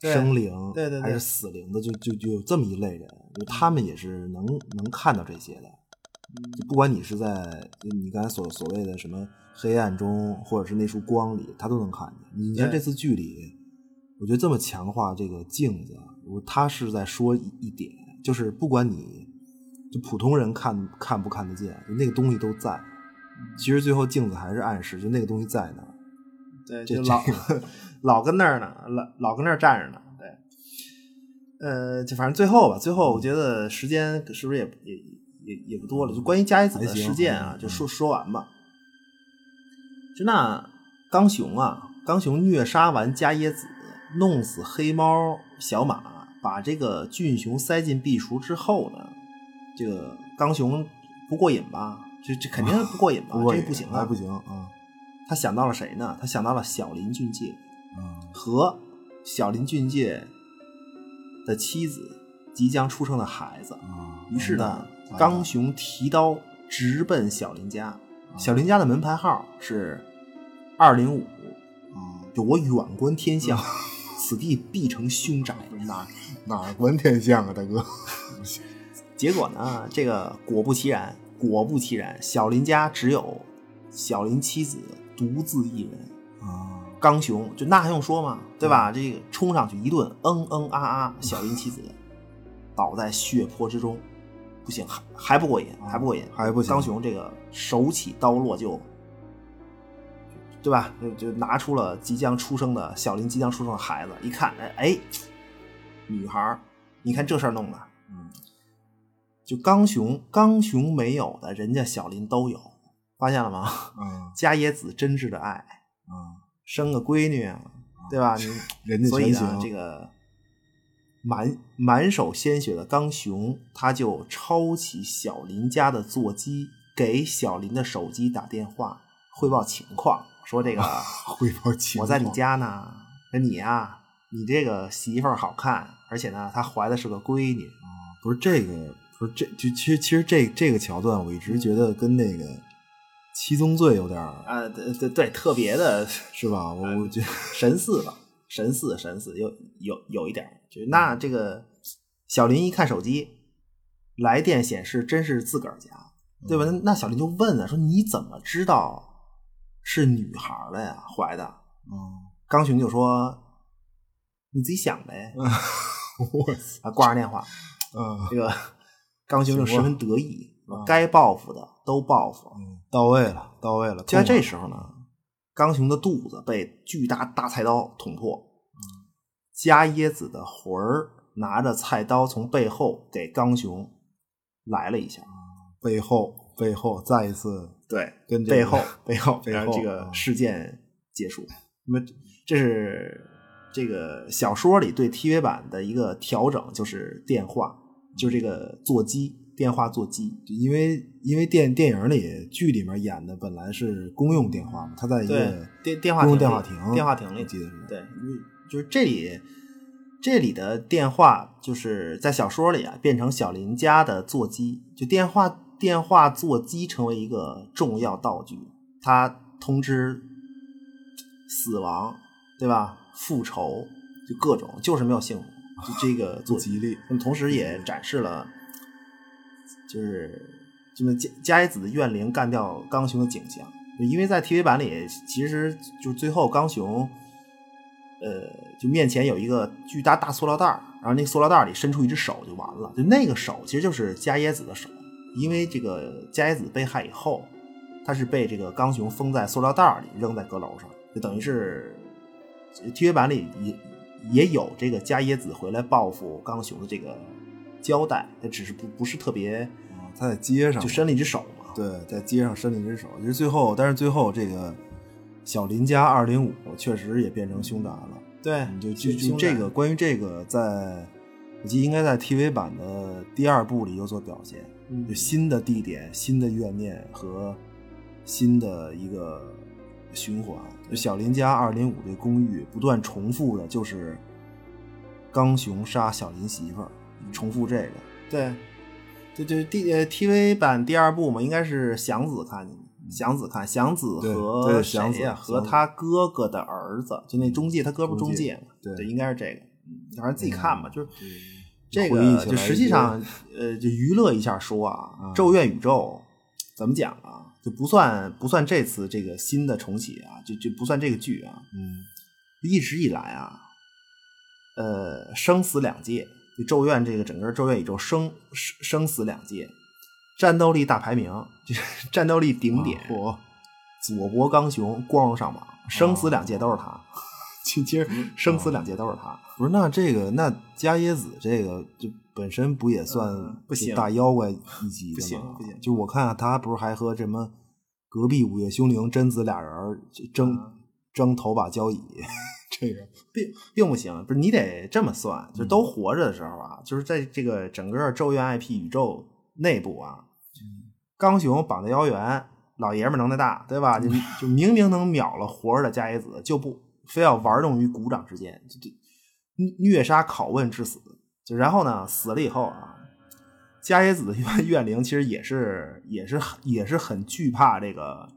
对
生灵
对对对
还是死灵的，就就就有这么一类人，就他们也是能能看到这些的。就不管你是在就你刚才所所谓的什么黑暗中，或者是那束光里，他都能看见。你像
对
这次剧里，我觉得这么强化这个镜子，我他是在说一一点，就是不管你就普通人看看不看得见，就那个东西都在。其实最后镜子还是暗示，就那个东西在那儿。
对，
这
就
这
老 老跟那儿呢，老老跟那儿站着呢，对。呃，就反正最后吧，最后我觉得时间是不是也也也也不多了？就关于加一子的
还行
事件啊，
嗯
就说说完吧。就那刚雄啊，刚雄虐杀完加耶子，弄死黑猫小马，把这个俊雄塞进壁橱之后呢，这个刚雄不过瘾吧？这这肯定不过瘾吧？
不过
这
也
不行
还
啊，
不行啊，
他想到了谁呢？他想到了小林俊介
嗯
和小林俊介的妻子即将出生的孩子。
啊
于是呢，
完蛋
刚雄提刀直奔小林家。小林家的门牌号是二零五，
啊，
就我远观天象， 此地必成凶宅。那
哪儿观天象啊，大哥？
结果呢，这个果不其然，果不其然，小林家只有小林妻子独自一人。
啊，
刚雄，就那还用说
嗯
吗？对吧？这个冲上去一顿，嗯嗯啊啊，小林妻子倒在血泊之中，不行，还还不过瘾，还不过瘾，
啊还不行
刚雄这个手起刀落就，对吧？就就拿出了即将出生的小林即将出生的孩子，一看，哎哎，女孩儿，你看这事儿弄的，
嗯，
就刚雄，刚雄没有的，人家小林都有，发现了吗？
啊
加野子真挚的爱，
啊，
生个闺女啊，对吧？你
人家
所以
全
呢
行，
这个满满手鲜血的刚雄，他就抄起小林家的座机，给小林的手机打电话汇报情况，说这个
汇报情
我在你家呢，那你呀、你这个媳妇儿好看，而且呢，她怀的是个闺女，
不是这个，不是这就其实其实这这个桥段，我一直觉得跟那个《七宗罪》有点儿
啊，对对对，特别的
是吧？我我觉得
神似吧，神似神似，有有有一点儿，就是那这个小林一看手机，来电显示真是自个儿家，
嗯
对吧？那那小林就问啊，说你怎么知道是女孩儿的呀？怀的？
嗯，
刚雄就说你自己想呗，
我操
啊，挂上电话，
啊，
这个刚雄就
行
十
吧
分得意，
啊
该报复的都报复，
嗯到位了，到位了。
就在
控
这
了
时候呢，刚雄的肚子被巨大大菜刀捅破，伽椰子的魂儿拿着菜刀从背后给刚雄来了一下，
背后背后再一次
对，
跟这个
背后背后，
背后
让这个
啊
事件结束。那么这是这个小说里对 TV 版的一个调整，就是电话，就是这个座机电话座机。
因为因为电电影里剧里面演的本来是公用电话嘛，他在一
对
个，
电嗯电话
公
亭里
用电话亭
电话亭
我
里
记得是
对，因为就是这里这里的电话就是在小说里啊，变成小林家的座机，就电话电话座机成为一个重要道具，它通知死亡，对吧？复仇就各种，就是没有幸福，就这个座
不
机。
吉利，
那么同时也展示了，就是这么加加一子的怨灵干掉刚雄的景象。因为在 TV 版里，其实就是最后刚雄，呃，就面前有一个巨大大塑料袋儿，然后那个塑料袋儿里伸出一只手就完了，就那个手其实就是加耶子的手，因为这个加耶子被害以后，他是被这个刚雄封在塑料袋儿里，扔在阁楼上，就等于是 TV 版里也也有这个加耶子回来报复刚雄的这个交代，那只是不不是特别，
啊他在街上
就伸了一只手嘛。
对，在街上伸了一只手，就是最后，但是最后这个小林家二零五确实也变成凶宅了。
对
你就就就这个关于这个在，我记得应该在 TV 版的第二部里有所表现，
嗯
就新的地点、新的怨念和新的一个循环。就小林家二零五这公寓不断重复的就是刚雄杀小林媳妇儿，重复这个。
对，就就 D 呃 TV 版第二部嘛，应该是祥子看见的。祥子看祥子
嗯对
和
对
谁
祥子
呀、和
祥子
他哥哥的儿子，就那中介，他哥不是中
中介
介嘛？
对
应该是这个。嗯反正自己看吧，就是这
回忆
个
起
就
来
实
就
际
觉得
上，呃，就娱乐一下说啊，
嗯
咒怨宇宙怎么讲啊？就不算不算这次这个新的重启啊，就就不算这个剧啊。
嗯，
一直以来啊，呃，生死两界，就咒怨这个整个咒怨宇宙生生生死两界，战斗力大排名，就是 战斗力顶点，
我
佐伯刚雄光荣上榜，生死两界都是他。其其实生死两界都是他，
哦嗯不是，那这个那伽椰子这个就本身不也算
嗯不行
大妖怪一级的吗
不行不行
就我看啊他不是还和什么隔壁午夜凶铃贞子俩人儿争、争头把交椅， 这个
啊
嗯
并并不行，不是你得这么算，就是都活着的时候啊，就是在这个整个咒怨 IP 宇宙内部啊，
嗯
刚雄绑在妖猿，老爷们儿能耐大，对吧？就
嗯
就明明能秒了活着的伽椰子，就不非要玩弄于股掌之间，就就虐杀拷问致死。就然后呢，死了以后啊，伽椰子的怨 怨灵其实也是也是很也是很惧怕这个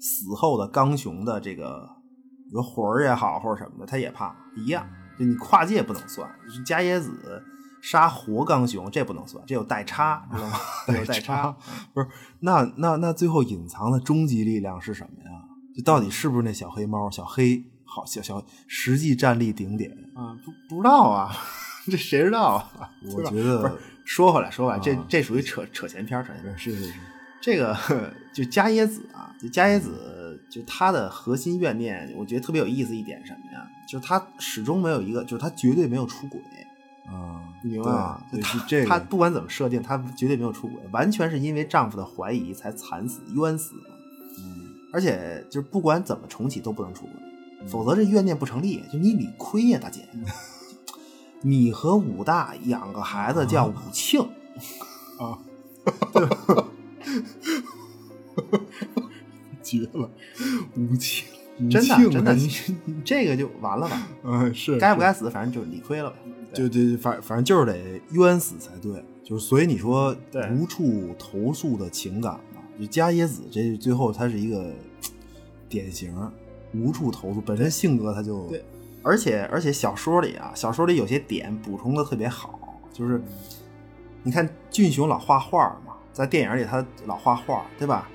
死后的刚雄的这个，比如魂儿也好或者什么的，他也怕一样。就你跨界不能算，就是伽椰子杀活刚雄这不能算，这有代差，知 道吗？有代差。
那那那最后隐藏的终极力量是什么呀？就到底是不是那小黑猫小黑好小小实际战力顶点？
啊，不不知道啊， 这谁知道啊？
我
对吧
觉得
说回来，说回来，这
啊
这属于扯扯闲篇儿，扯闲篇儿。
是是是，
这个就伽椰子啊，就伽椰
嗯
子，就他的核心怨念，我觉得特别有意思一点是什么呀？就是他始终没有一个，就是他绝对没有出轨，
啊，
你明白吗？
对
就他
对是这
他
个
不管怎么设定，他绝对没有出轨，完全是因为丈夫的怀疑才惨死、冤死的。
嗯
而且就是不管怎么重启都不能出轨，否则这怨念不成立。就你理亏呀、大姐， 你和武大养个孩子叫武庆啊，
绝了，武器
真的真的，
嗯
你 你这个就完了吧？，
呃是
该不该死，反正就是理亏了呗。对
就就反反正就是得冤死才对，就是所以你说
对
无处投诉的情感嘛，就伽椰子这最后他是一个典型儿无处投诉，本身性格他就
对而且而且小说里啊，小说里有些点补充的特别好，就是你看俊雄老画画嘛，在电影里他老画画，对吧？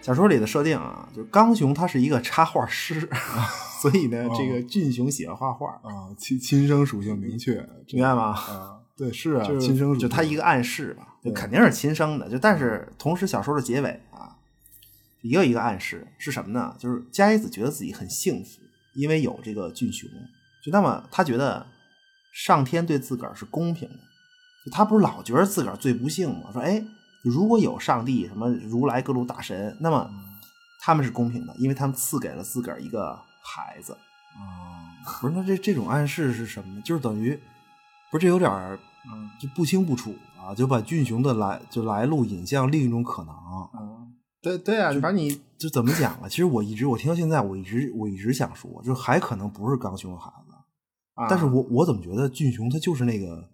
小说里的设定啊，就是刚雄他是一个插画师， 所以呢，
哦
这个俊雄喜欢画画，
啊亲亲生属性明确，
明白吗？
啊，对是啊，
就是
亲生属
就
性
他一个暗示吧，就
对
肯定是亲生的。就但是同时小说的结尾啊，也有一个暗示是什么呢？就是加一子觉得自己很幸福，因为有这个俊雄，就那么他觉得上天对自个儿是公平的，就他不是老觉得自个儿最不幸吗？说哎，如果有上帝什么如来各路大神，那么
嗯
他们是公平的，因为他们赐给了自个儿一个孩子。
啊不是，那这这种暗示是什么呢？就是等于，不是这有点儿
嗯
就不清不楚啊，就把俊雄的来就来路引向另一种可能。
嗯，对对啊，反正你
就怎么讲啊？其实我一直我听到现在，我一直我一直想说，就是还可能不是刚雄的孩子，
啊
但是我我怎么觉得俊雄他就是那个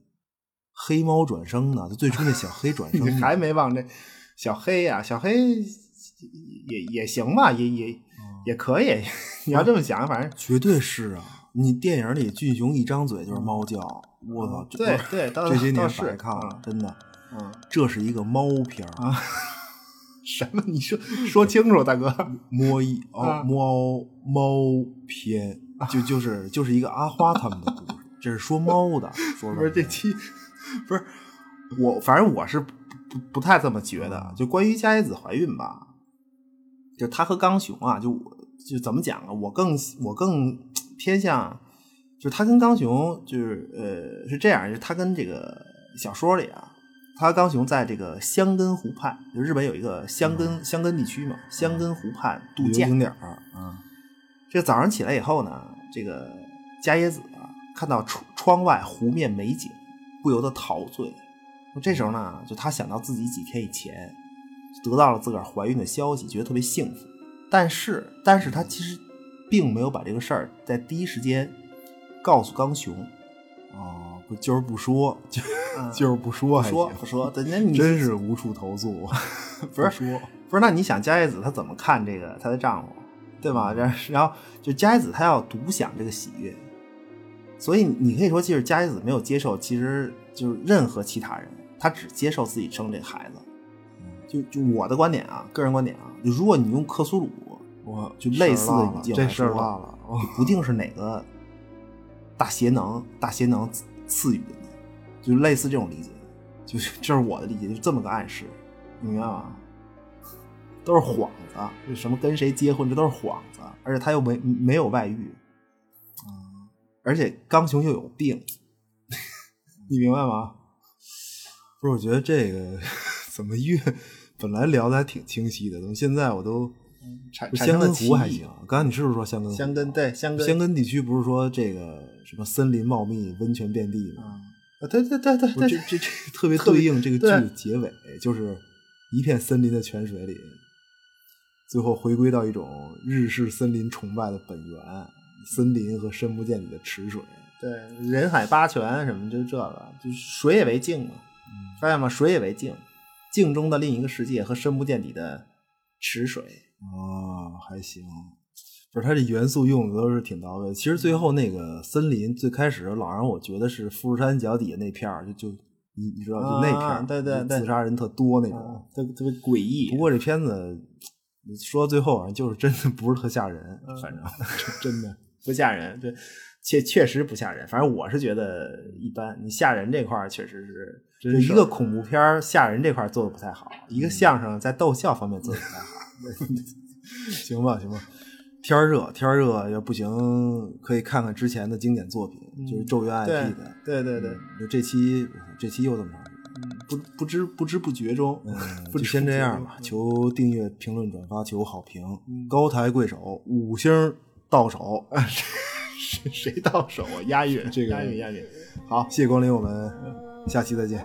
黑猫转生呢？就最初那小黑转生
你
呢
还没往这小黑呀、小黑也也行吧，也也也可以。 你要这么想，反正
啊绝对是啊！你电影里俊雄一张嘴就是猫叫，我操！
嗯
这
对对，倒
这些年
倒是
白看了，真的，
嗯啊嗯，
这是一个猫片儿。
什么？你说说清楚，大哥。
摸一
啊
哦猫猫 片，就就是就是一个阿花他们的故事，这是说猫 的，说
不是这
这
期，不是我，反正我是不不不太这么觉得。啊就关于佳椰子怀孕吧，就她和刚雄啊，就我就怎么讲啊，我更我更偏向，就是她跟刚雄就是呃是这样，就是她跟这个小说里啊，她和刚雄在这个香根湖畔，就日本有一个香根、香根地区嘛，香根湖畔度假，
嗯景点儿，嗯，
这早上起来以后呢，这个伽椰子啊，看到窗窗外湖面美景，不由得陶醉。这时候呢，就她想到自己几天以前得到了自个儿怀孕的消息，觉得特别幸福。但是，但是她其实并没有把这个事儿在第一时间告诉刚 雄，
哦，不就是不说，就
就
就是不说
嗯不
还
说
行
不说，对那你
真是无处投诉，
不是
说，
不是，那你想伽椰子她怎么看这个她的丈夫，对吧？然然后就伽椰子她要独享这个喜悦，所以你可以说，其实伽椰子没有接受，其实就是任何其他人，她只接受自己生这孩子。就就我的观点啊，个人观点啊，就如果你用克苏鲁
我
就类似的语境
这
来
事儿
说
落了，哦
就不定是哪个大邪能大邪能赐赐予的呢，就类似这种理解，就是这是我的理解，就这么个暗示，你明白吗？都是幌子，就什么跟谁结婚，这都是幌子，而且他又没没有外遇，嗯而且刚雄又有病，你明白吗？
不是，我觉得这个 怎么越本来聊的还挺清晰的，怎么现在我都
产产
香
生了
根
歧
湖还
义
行，，刚才你是不是说香根湖？
香根对香根
香根地区不是说这个什么森林茂密、温泉遍地吗？
啊，对对对对
我
对，
这 这这特别
特别
对应这个剧
对
的结尾，就是一片森林的泉水里，最后回归到一种日式森林崇拜的本源，森林和深不见底的池水。
对，人海八泉什么，就这个，就是水也为镜嘛，发现吗？水也为镜，镜中的另一个世界和深不见底的池水。
哦，还行，不是它这元素用的都是挺到位的。其实最后那个森林最开始老让我觉得是富士山脚底下那片儿，就就你你知道就那片
啊
儿，
对对
就
对
自杀人特多那种。
啊，特特别诡异
不。过这片子说到最后，好像就是真的不是特吓人，
嗯
反正 真的。
不吓人，对，确确实不吓人。反正我是觉得一般。你吓人这块儿确实是，就
真
一
事儿
个恐怖片儿嗯吓人这块儿做的不太好，一个相声在逗笑方面做的不太好。
行吧，行吧。天儿热，天儿热要不行，可以看看之前的经典作品，就是《咒怨》
嗯对
IP 的。嗯
对对对，
就这期，这期又这么长时间，
不不知不知不觉中，
嗯，
不
就
知
先
不
这
觉
样
中
吧。求订阅、评论、转发，求好评，高抬贵手，五星到手。
谁 谁到手啊？押韵，
这个
押韵押韵。
好，谢谢光临，我们下期再见。